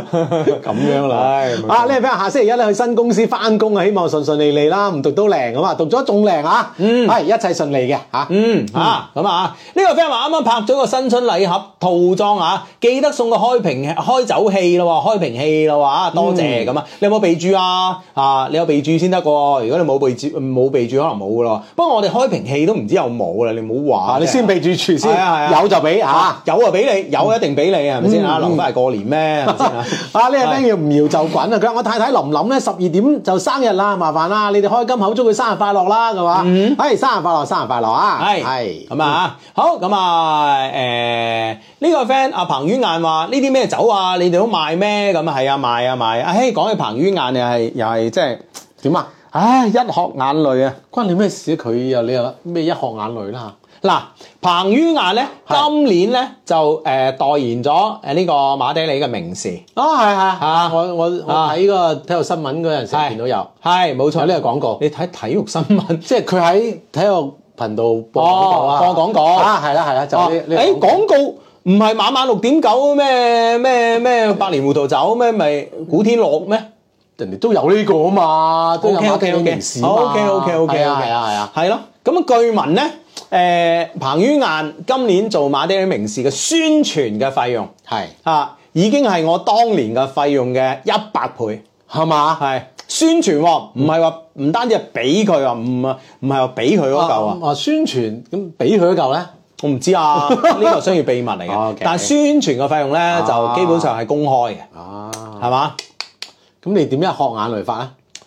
S2: 咁樣啦。
S1: 唉冇錯
S2: 啊，呢位 friend 下星期一咧去新公司翻工啊，希望順順利利啦，唔讀都靚咁啊，讀咗仲靚啊，係一切順利嘅嚇。
S1: 嗯啊咁啊，呢個 friend 話啱啱拍咗個新春禮盒套裝啊，記得送個開瓶開酒器咯喎，開瓶器咯喎啊，多謝咁啊！你有冇備註啊？啊，你有備註先得嘅喎，如果你冇備註冇備註可能冇嘅咯。不過我哋開瓶器都唔知有冇啦，你唔好話
S2: 啊，你
S1: 啫
S2: 先備住處
S1: 係啊係啊
S2: 先，有就俾嚇。
S1: 有啊俾你，有一定俾你係咪先啊？留翻嚟過年咩？係咪先啊？
S2: 啊！呢個 friend 叫唔搖就滾啊！佢話我太太琳琳咧十二點就生日啦，麻煩啦，你哋開金口祝佢生日快樂啦，係嘛？係生日快樂，生日快樂啊！
S1: 係
S2: 係
S1: 咁啊，好咁啊，誒呢個 friend 阿彭于晏話：呢啲咩酒啊，你哋都賣咩？咁啊係啊，賣啊賣啊！唉，講起彭于晏又係又係即係，
S2: 點啊？
S1: 唉一殼眼淚啊！
S2: 關你咩事啊？佢又你又咩一殼眼淚啦
S1: 嗱，彭于晏咧
S2: 係
S1: 今年咧就誒、呃代言咗誒呢個馬爹利嘅名士，
S2: 嚇！啊，係係
S1: 啊
S2: 啊！我我我
S1: 啊
S2: 睇個體育新聞嗰陣時見到有
S1: 係冇
S2: 有
S1: 錯。
S2: 呢個廣告，
S1: 你睇體育新聞。
S2: 即係佢喺體育頻道播廣告啊，
S1: 哦播廣告
S2: 啊，係啦係啦，就
S1: 哦，
S2: 呢呢
S1: 誒廣告唔係晚晚六點九咩咩咩百年糊塗酒咩咪古天樂咩
S2: 人哋都有呢個啊嘛，都有
S1: OK，OK，OK
S2: 馬爹利名士嘛
S1: OK，OK，OK，OK，OK
S2: 係啊係啊係啊，
S1: 係咯，咁啊據聞咧，誒、彭于晏今年做馬爹利名士嘅宣傳嘅費用
S2: 係
S1: 啊，已經係我當年嘅費用嘅一百倍，
S2: 係嘛？
S1: 係宣傳喎、唔係話唔單止係俾佢啊，唔啊唔係話俾佢嗰嚿啊。
S2: 啊宣傳咁俾佢嗰嚿咧，
S1: 我唔 知啊，呢個商業秘密嚟嘅。
S2: 哦 OK
S1: 但係宣傳嘅費用咧，就基本上係公開嘅，
S2: 啊，
S1: 係嘛？
S2: 咁你點樣學眼淚法啊咧？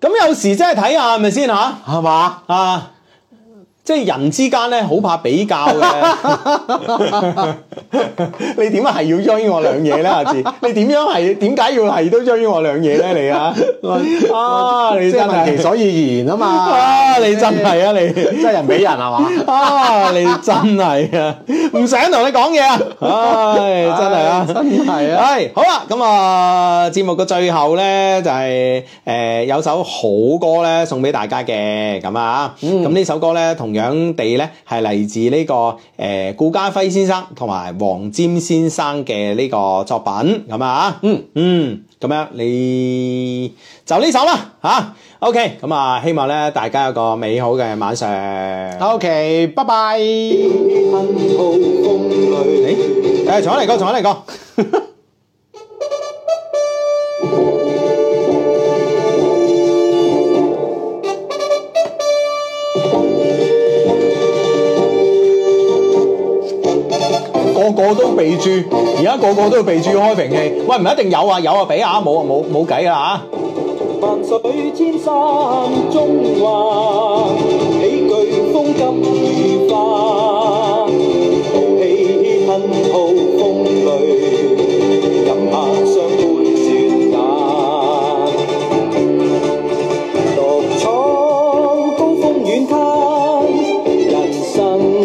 S1: 咁有時真係睇下係咪先嚇
S2: 係 嘛？
S1: 啊！即係人之間咧，好怕比較嘅。 你點係要追我兩嘢咧，阿 志？你點樣係點解要係都追我兩嘢咧？你 啊，啊！你
S2: 即
S1: 真
S2: 係問其
S1: 係
S2: 所以 然啊嘛，
S1: 啊！你真係啊！你
S2: 即係人俾人係嘛？
S1: 啊！你真係啊！唔想同你講嘢啊！唉，真係啊！
S2: 唉真係啊！
S1: 係好啦，咁啊，節目嘅最後咧就係、呃有首好歌咧送俾大家嘅咁啊，咁呢、首歌咧同樣地咧係嚟自呢、個誒、呃、顧嘉輝先生同埋黃霑先生嘅呢個作品咁啊，嗯嗯，咁樣你就呢首啦嚇、OK，咁啊，希望咧大家有個美好嘅晚上。
S2: OK，拜拜。
S1: 誒、重哎嚟過，重嚟過。
S4: 天空中，
S1: 個個都備註，而家個個都要備註開瓶器。喂，唔一定有啊，有啊俾啊，冇啊冇冇計啊
S4: 萬水千山中華，喜具風急如花。豪氣吞吐風雷，飲下雙杯雪雅。獨闖高峰遠灘，人生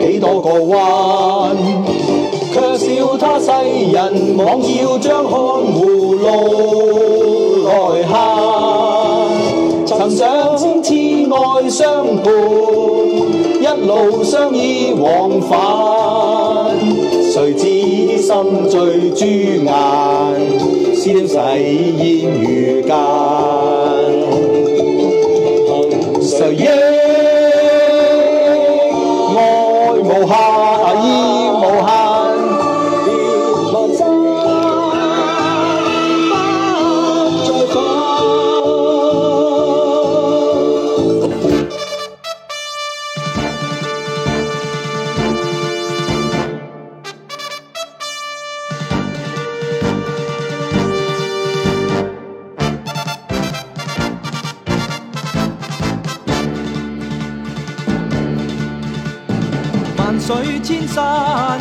S4: 幾多個彎，卻笑他世人妄要將看護路來限。曾想千次愛相伴，一路相依往返。誰知心醉朱顏，思念誓煙如間。誰憶愛無限，啊意無限，別望山不再返。萬水千山